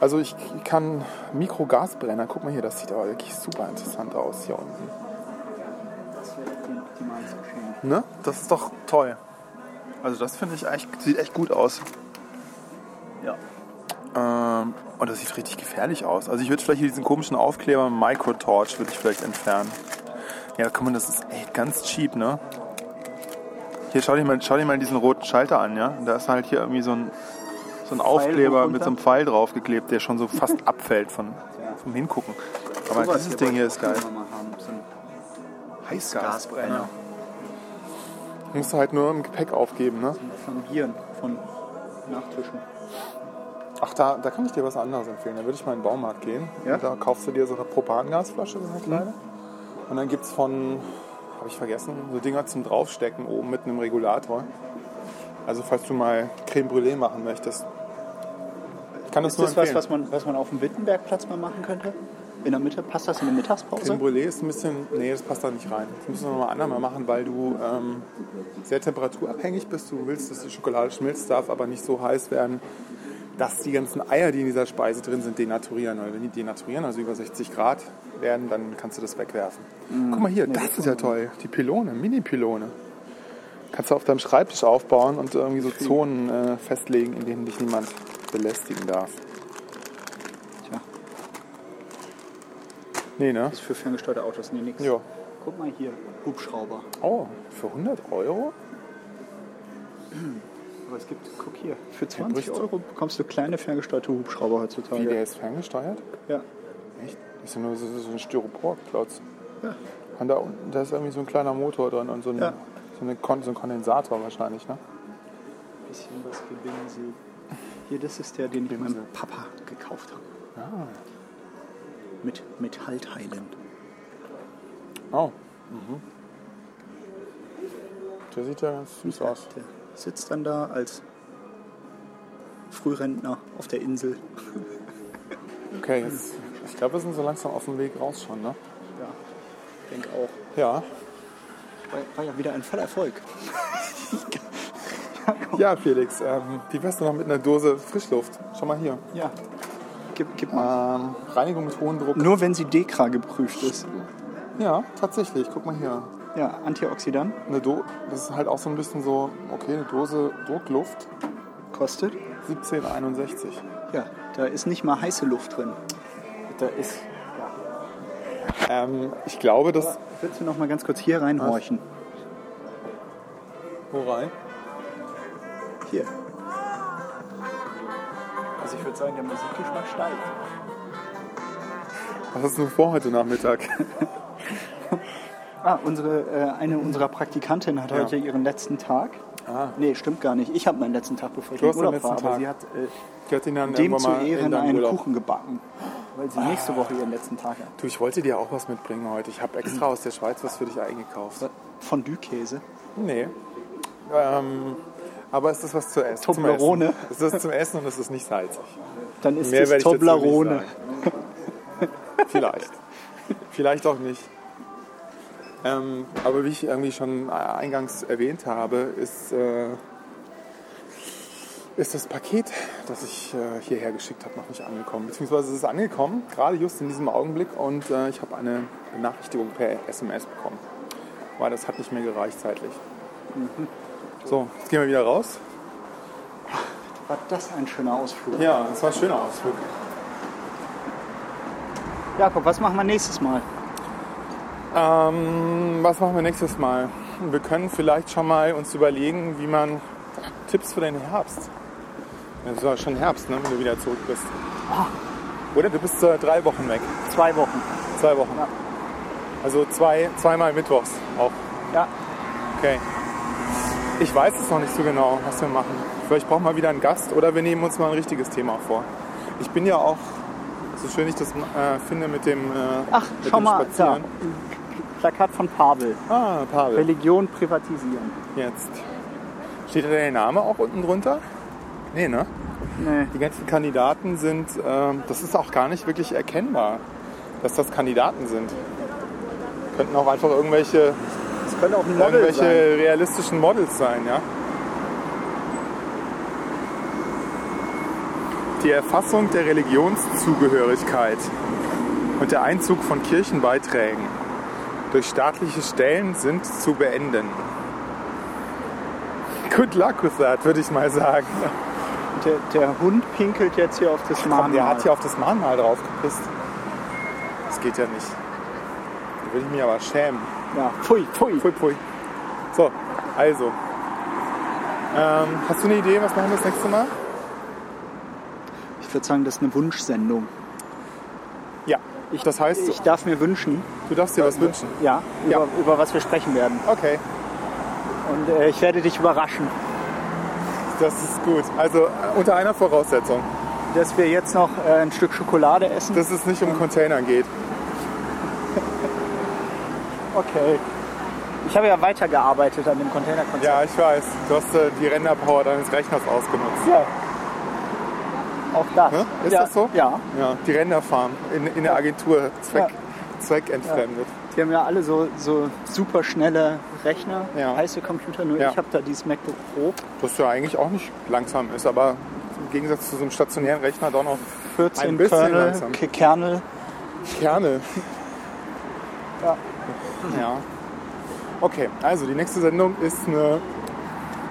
S1: Also ich kann Mikrogasbrenner, guck mal hier, das sieht aber wirklich super interessant aus hier unten.
S2: Das wäre ein optimales Geschenk.
S1: Ne? Das ist doch toll. Also das finde ich echt, sieht echt gut aus.
S2: Ja.
S1: Ähm, und das sieht richtig gefährlich aus. Also ich würde vielleicht hier diesen komischen Aufkleber Microtorch würde ich vielleicht entfernen. Ja, guck mal, das ist echt ganz cheap, ne? Hier, schau dir mal, schau dir mal diesen roten Schalter an, ja? Da ist halt hier irgendwie so ein, so ein Aufkleber mit so einem Pfeil draufgeklebt, der schon so fast [laughs] abfällt von, vom Hingucken. Aber
S2: Sowas
S1: dieses Ding
S2: wollte
S1: hier
S2: ich
S1: ist
S2: auch
S1: geil.
S2: immer mal haben, so ein
S1: Heißgasbrenner.
S2: Gasbrenner.
S1: Musst du halt nur im Gepäck aufgeben, ne?
S2: Von Bieren, von Nachtischen.
S1: Ach, da, da kann ich dir was anderes empfehlen. Da würde ich mal in den Baumarkt gehen.
S2: Ja?
S1: Und
S2: Mhm.
S1: da kaufst du dir so eine Propangasflasche, so eine kleine. Und dann gibt es von, habe ich vergessen, so Dinger zum Draufstecken oben mit einem Regulator. Also falls du mal Creme Brûlée machen möchtest. Ich kann das
S2: Ist
S1: nur
S2: das was,
S1: empfehlen.
S2: was man, was man auf dem Wittenbergplatz mal machen könnte? In der Mitte? Passt das in der Mittagspause?
S1: Creme Brûlée ist ein bisschen, nee, das passt da nicht rein. Das müssen wir mal andermal machen, weil du ähm, sehr temperaturabhängig bist. Du willst, dass die Schokolade schmilzt, darf aber nicht so heiß werden, dass die ganzen Eier, die in dieser Speise drin sind, denaturieren. Weil wenn die denaturieren, also über 60 Grad werden, dann kannst du das wegwerfen. Guck mal hier, Mm. das ist ja toll. Die Pylone, Mini-Pylone. Kannst du auf deinem Schreibtisch aufbauen und irgendwie so Zonen äh, festlegen, in denen dich niemand belästigen darf.
S2: Tja,
S1: Nee, ne?
S2: ist für ferngesteuerte Autos nee, nix.
S1: Ja.
S2: Guck mal hier, Hubschrauber.
S1: Oh, für 100 Euro?
S2: Aber es gibt, guck hier, für
S1: bricht
S2: 20
S1: so.
S2: Euro bekommst du kleine ferngesteuerte Hubschrauber heutzutage.
S1: Wie, der ist ferngesteuert?
S2: Ja.
S1: Echt? Das ist ja nur so, so ein Styroporklotz.
S2: Ja.
S1: Und da, unten, da ist irgendwie so ein kleiner Motor drin und so ein,
S2: Ja.
S1: so, eine Kon so ein Kondensator wahrscheinlich, ne?
S2: Bisschen was gewinnen sie. Hier, das ist der, den ich meinem Papa gekauft habe.
S1: Ah.
S2: Mit Metallteilen.
S1: Oh. Der sieht ja ganz süß aus.
S2: Der sitzt dann da als Frührentner auf der Insel.
S1: Okay, jetzt, ich glaube, wir sind so langsam auf dem Weg raus schon, ne?
S2: Ja, denk auch.
S1: Ja.
S2: War, war ja wieder ein voller Erfolg.
S1: Ja, Felix, ähm, wie wär's denn noch mit einer Dose Frischluft? Schau mal hier.
S2: Ja. Gib, gib mal.
S1: Ähm, Reinigung mit hohem Druck.
S2: Nur wenn sie Dekra geprüft ist.
S1: Ja, tatsächlich. Guck mal hier.
S2: Ja, Antioxidant
S1: Eine Do das ist halt auch so ein bisschen so, okay, eine Dose Druckluft.
S2: kostet.
S1: 1761.
S2: Ja, da ist nicht mal heiße Luft drin.
S1: Da ist. Ähm, ich glaube, dass.
S2: Willst du noch mal ganz kurz hier reinhorchen?
S1: Worein?
S2: Hier. Also ich würde sagen, der Musikgeschmack steigt.
S1: Was hast du denn vor heute Nachmittag?
S2: Ah, unsere, äh, eine unserer Praktikantinnen hat
S1: Ja.
S2: heute ihren letzten Tag.
S1: Ah.
S2: Nee, stimmt gar nicht. Ich habe meinen letzten Tag, bevor ich
S1: Du
S2: in
S1: hast deinen
S2: Urlaub war.
S1: letzten
S2: Aber
S1: Tag.
S2: sie hat äh,
S1: Ich hatte ihn dann
S2: dem zu
S1: irgendwann mal in
S2: Ehren
S1: deinem
S2: einen
S1: Urlaub.
S2: Kuchen gebacken, weil sie nächste Woche ihren letzten Tag hat.
S1: Du, ich wollte dir auch was mitbringen heute. Ich habe extra aus der Schweiz was für dich eingekauft.
S2: Fondue-Käse.
S1: Nee. Ähm, aber es ist was zu essen. zum
S2: Toblerone.
S1: Essen. Es ist zum Essen und es ist nicht salzig.
S2: Dann ist
S1: Mehr
S2: das
S1: werde ich dazu
S2: Toblerone.
S1: nicht sagen. [laughs] Vielleicht. Vielleicht auch nicht. Ähm, aber wie ich irgendwie schon äh, eingangs erwähnt habe, ist, äh, ist das Paket, das ich äh, hierher geschickt habe, noch nicht angekommen. Beziehungsweise es ist angekommen, gerade just in diesem Augenblick. Und äh, ich habe eine Benachrichtigung per SMS bekommen. Weil das hat nicht mehr gereicht zeitlich. So, jetzt gehen wir wieder raus.
S2: War das ein schöner Ausflug.
S1: Ja, das war ein schöner Ausflug.
S2: Jakob, was machen wir nächstes Mal?
S1: Ähm, was machen wir nächstes Mal? Wir können vielleicht schon mal uns überlegen, wie man Tipps für den Herbst. Es ist ja schon Herbst, ne, wenn du wieder zurück bist. Oder du bist äh, drei Wochen weg.
S2: Zwei Wochen.
S1: Zwei Wochen.
S2: Ja.
S1: Also zwei, zweimal Mittwochs auch.
S2: Ja,
S1: Okay. Ich weiß es noch nicht so genau, was wir machen. Vielleicht brauchen wir wieder einen Gast oder wir nehmen uns mal ein richtiges Thema vor. Ich bin ja auch, so schön ich das äh, finde, mit dem, äh,
S2: Ach,
S1: mit
S2: schau
S1: dem
S2: mal, da.
S1: Spazieren.
S2: Ein Plakat von Pavel.
S1: Ah, Pavel.
S2: Religion privatisieren.
S1: Jetzt. Steht da der Name auch unten drunter? Nee, ne?
S2: Nee.
S1: Die ganzen Kandidaten sind, ähm, das ist auch gar nicht wirklich erkennbar, dass das Kandidaten sind. Könnten auch einfach irgendwelche,
S2: Das könnte auch ein Model
S1: irgendwelche
S2: sein.
S1: realistischen Models sein, ja? Die Erfassung der Religionszugehörigkeit und der Einzug von Kirchenbeiträgen durch staatliche Stellen sind zu beenden. Good luck with that, würde ich mal sagen.
S2: Der, der Hund pinkelt jetzt hier auf das Mahnmal.
S1: Komm, der hat hier auf das Mahnmal drauf gepisst. Das geht ja nicht. Da würde ich mich aber schämen.
S2: ja. Pfui, pfui.
S1: Pfui, pfui. So, also. Ähm, hast du eine Idee, was machen wir das nächste Mal?
S2: Ich würde sagen, das ist eine Wunschsendung.
S1: Ja. das heißt,
S2: Ich darf mir wünschen,
S1: du darfst dir was wünschen.
S2: ja, über,
S1: Ja.
S2: über was wir sprechen werden.
S1: Okay,
S2: Und äh, ich werde dich überraschen,
S1: das ist gut. Also äh, unter einer Voraussetzung,
S2: dass wir jetzt noch äh, ein Stück Schokolade essen.
S1: dass es nicht um Container geht.
S2: okay. Ich habe ja weitergearbeitet an dem Containerkonzept.
S1: Ja, ich weiß. Du hast äh, die Renderpower deines Rechners ausgenutzt.
S2: Ja. Auch das.
S1: Ne? Ist
S2: ja,
S1: das so?
S2: Ja.
S1: Ja, die Renderfarm in, in der Agentur zweck, zweckentfremdet.
S2: Die haben ja alle so, so super schnelle Rechner,
S1: Ja.
S2: heiße Computer, nur
S1: Ja.
S2: ich habe da dieses MacBook Pro,
S1: Das ja eigentlich auch nicht langsam ist, aber im Gegensatz zu so einem stationären Rechner doch noch
S2: 14
S1: Ein bisschen
S2: Kernel,
S1: langsam.
S2: K- Kernel.
S1: Kerne.
S2: Ja.
S1: Ja. Okay, also die nächste Sendung ist eine.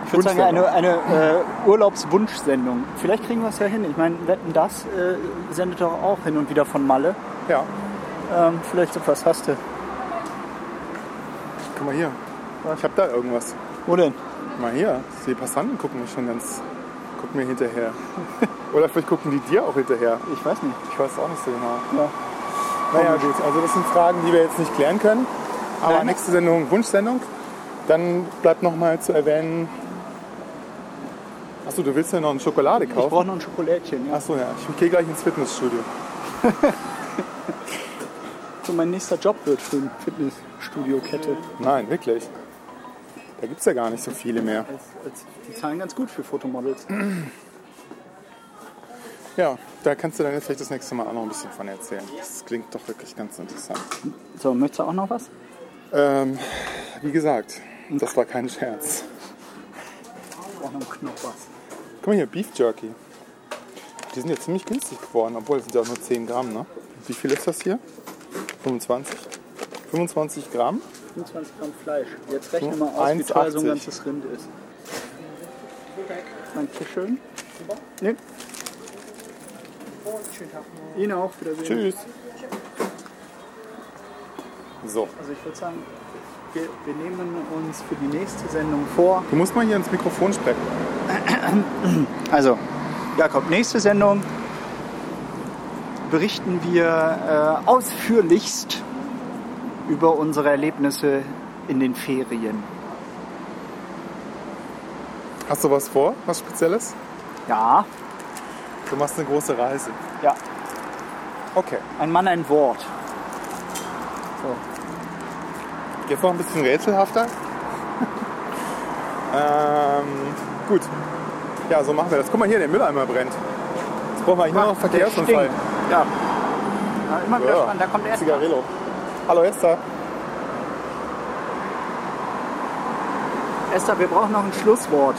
S2: Ich würde sagen,
S1: Wunschsendung.
S2: eine, eine äh, Urlaubswunschsendung. Vielleicht kriegen wir es ja hin. Ich meine, Wetten, das äh, sendet doch auch hin und wieder von Malle.
S1: Ja,
S2: Ähm, vielleicht so was hast du.
S1: guck mal hier. Ich habe da irgendwas.
S2: Wo denn?
S1: Guck mal hier. Die Passanten gucken mich schon ganz. gucken mir
S2: [laughs]
S1: hinterher. Oder vielleicht gucken die dir auch hinterher.
S2: Ich weiß nicht.
S1: Ich weiß es auch nicht so genau.
S2: Ja.
S1: Naja, gut. Also, das sind Fragen, die wir jetzt nicht klären können. Aber
S2: Nein.
S1: nächste Sendung, Wunschsendung. Dann bleibt nochmal zu erwähnen. Achso, du willst ja noch eine Schokolade
S2: Ich
S1: kaufen?
S2: brauche noch ein Schokolädchen. Ja.
S1: Achso, ja. Ich gehe gleich ins Fitnessstudio.
S2: So, mein nächster Job wird für eine Fitnessstudio-Kette.
S1: Nein, wirklich. Da gibt es ja gar nicht so viele mehr.
S2: Die zahlen ganz gut für Fotomodels.
S1: Ja, da kannst du dann vielleicht das nächste Mal auch noch ein bisschen von erzählen. Das klingt doch wirklich ganz interessant.
S2: So, möchtest du auch noch was?
S1: Ähm, wie gesagt, das war kein Scherz.
S2: Ich brauche noch einen Knoppers.
S1: Guck mal hier, Beef Jerky. Die sind ja ziemlich günstig geworden, obwohl es sind ja auch nur 10 Gramm, ne? Wie viel ist das hier? 25? 25 Gramm?
S2: 25 Gramm Fleisch. Jetzt rechne
S1: So,
S2: mal aus, wie teuer so ein
S1: 1,80.
S2: ganzes Rind ist. Dankeschön. Nee. Ihnen auch. Wiedersehen.
S1: Tschüss. So,
S2: Also ich würde sagen, wir, wir nehmen uns für die nächste Sendung vor.
S1: du musst mal hier ins Mikrofon sprechen.
S2: Also, Jakob, nächste Sendung berichten wir äh, ausführlichst über unsere Erlebnisse in den Ferien.
S1: Hast du was vor? Was Spezielles?
S2: Ja,
S1: Du machst eine große Reise.
S2: ja,
S1: Okay.
S2: ein Mann ein Wort.
S1: Jetzt noch ein bisschen
S2: [laughs]
S1: rätselhafter. ähm, gut. Ja, so machen wir das. Guck mal hier, der Mülleimer brennt. Jetzt brauchen wir eigentlich nur noch
S2: Ah, der
S1: Verkehrsunfall.
S2: stinkt. Ja. ja. Immer wieder
S1: Ja.
S2: spannend, da kommt erst.
S1: Zigarillo. Hallo Esther.
S2: Esther, wir brauchen noch ein Schlusswort.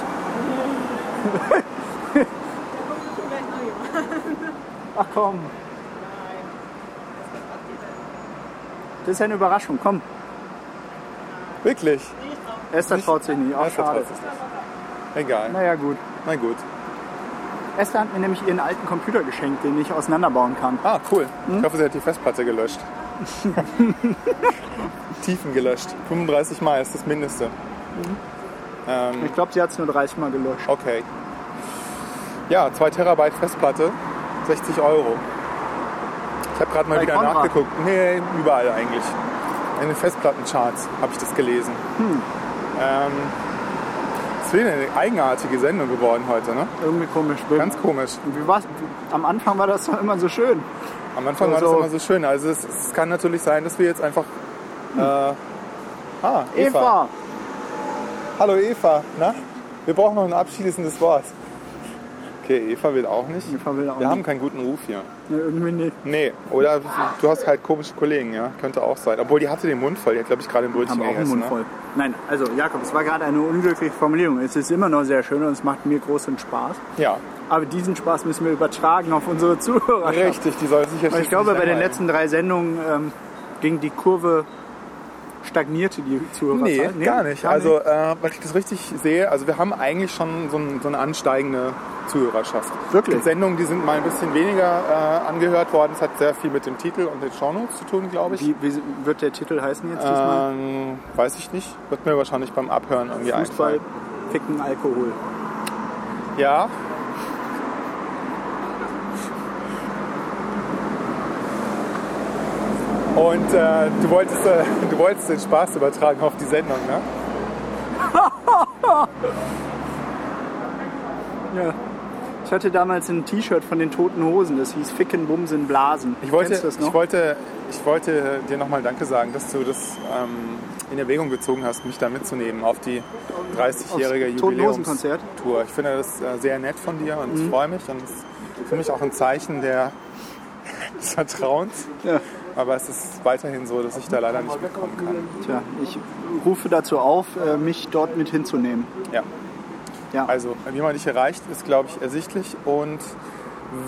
S2: Ach komm. Das ist ja eine Überraschung. Komm,
S1: Wirklich?
S2: Esther traut sich nicht. Ach,
S1: Esther
S2: schade.
S1: traut sich nicht. Egal.
S2: Naja, gut.
S1: Na gut.
S2: Esther hat mir nämlich ihren alten Computer geschenkt, den ich auseinanderbauen kann.
S1: Ah, cool.
S2: Hm?
S1: Ich hoffe, sie hat die Festplatte gelöscht.
S2: [laughs]
S1: [laughs] Tiefen gelöscht. 35 Mal ist das Mindeste. Ähm,
S2: Ich glaube, sie hat es nur 30 Mal gelöscht.
S1: okay. Ja, 2 Terabyte Festplatte, 60 Euro. Ich habe gerade mal
S2: Bei
S1: wieder
S2: Konrad.
S1: nachgeguckt.
S2: Hm.
S1: Nee, überall eigentlich. In den Festplattencharts habe ich das gelesen. Ähm, es wäre eine eigenartige Sendung geworden heute, ne?
S2: Irgendwie komisch.
S1: Ganz komisch.
S2: Wie war's? Am Anfang war das doch immer so schön.
S1: Am Anfang
S2: Also-
S1: war das immer so schön. Also es, es kann natürlich sein, dass wir jetzt einfach. Äh, ah, Eva.
S2: Hm. Eva,
S1: Hallo Eva, na? Wir brauchen noch ein abschließendes Wort. Okay, Eva will auch nicht.
S2: Eva will auch
S1: wir haben
S2: nicht.
S1: keinen guten Ruf hier.
S2: Ne, irgendwie nicht.
S1: Nee, oder du hast halt komische Kollegen, ja? Könnte auch sein. Obwohl, die hatte den Mund voll. Die hat, glaube ich, gerade ein Brötchen
S2: Haben wir auch einen
S1: gegessen. ne?
S2: Mund voll. Nein, also Jakob, es war gerade eine unglückliche Formulierung. Es ist immer noch sehr schön und es macht mir großen Spaß.
S1: Ne? Ja,
S2: Aber diesen Spaß müssen wir übertragen auf unsere Zuhörer.
S1: richtig. Die soll sich jetzt
S2: Weil ich
S1: nicht
S2: glaube, bei den
S1: langweilen.
S2: letzten drei Sendungen ähm, ging die Kurve, stagnierte die
S1: Nee,
S2: Zuhörerzahl.
S1: gar nicht. also, äh, wenn ich das richtig sehe, also wir haben eigentlich schon so, ein, so eine ansteigende Zuhörerschaft.
S2: Wirklich?
S1: Die Sendungen, die sind mal ein bisschen weniger äh, angehört worden. Das hat sehr viel mit dem Titel und den Shownotes zu tun, glaube ich.
S2: Wie, wie wird der Titel heißen jetzt diesmal?
S1: Ähm, weiß ich nicht. Wird mir wahrscheinlich beim Abhören irgendwie
S2: Fußball,
S1: einfallen.
S2: Ficken, Alkohol.
S1: Ja. Und äh, du, wolltest, äh, du wolltest den Spaß übertragen auf die Sendung, ne?
S2: Ja. Ich hatte damals ein T-Shirt von den Toten Hosen, das hieß Ficken, Bumsen, Blasen.
S1: Ich wollte,
S2: Kennst du das noch?
S1: ich wollte, ich wollte dir nochmal Danke sagen, dass du das ähm, in Erwägung gezogen hast, mich da mitzunehmen auf die 30-jährige
S2: Aufs Toten Hosen Konzert?
S1: Jubiläumstour. Ich finde das äh, sehr nett von dir und ich
S2: Mhm.
S1: freue mich. Und es ist für mich auch ein Zeichen der, [laughs] des Vertrauens.
S2: Ja.
S1: Aber es ist weiterhin so, dass ich da leider nicht mitkommen kann.
S2: Tja, ich rufe dazu auf, äh, mich dort mit hinzunehmen.
S1: Ja.
S2: Ja.
S1: Also, wie man dich erreicht, ist, glaube ich, ersichtlich. Und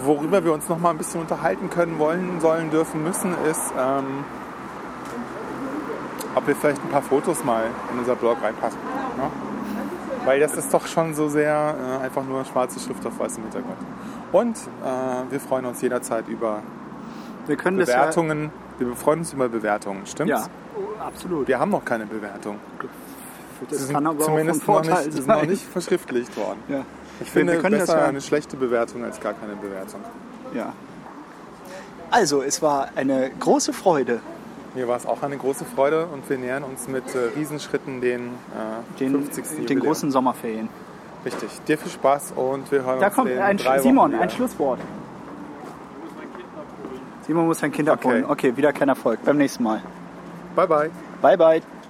S1: worüber wir uns noch mal ein bisschen unterhalten können, wollen, sollen, dürfen, müssen, ist, ähm, ob wir vielleicht ein paar Fotos mal in unser Blog reinpacken. Ne? Weil das ist doch schon so sehr äh, einfach nur schwarze Schrift auf weißem Hintergrund. Und äh, wir freuen uns jederzeit über
S2: wir können das
S1: Bewertungen. Wir freuen uns über Bewertungen, stimmt's?
S2: Ja, ja oh, absolut.
S1: Wir haben noch keine Bewertung.
S2: das
S1: Sie
S2: kann aber auch von
S1: zumindest noch
S2: Vorteil
S1: nicht, sie sind
S2: sein.
S1: [laughs] noch nicht verschriftlicht worden.
S2: Ja.
S1: Ich finde
S2: wir können
S1: besser
S2: das ja,
S1: eine schlechte Bewertung als gar keine Bewertung.
S2: ja. Also, es war eine große Freude,
S1: Mir war es auch eine große Freude und wir nähern uns mit äh, Riesenschritten den, äh,
S2: den,
S1: 50.
S2: den
S1: Jubiläum.
S2: großen Sommerferien.
S1: Richtig. Dir viel Spaß und wir hören
S2: Da
S1: uns
S2: kommt
S1: in
S2: ein
S1: drei
S2: Sch- Simon,
S1: Wochen
S2: ein
S1: wieder.
S2: Schlusswort. Simon muss sein Kind
S1: Okay.
S2: abholen. Okay, wieder kein Erfolg. Beim nächsten Mal.
S1: Bye bye.
S2: Bye, bye.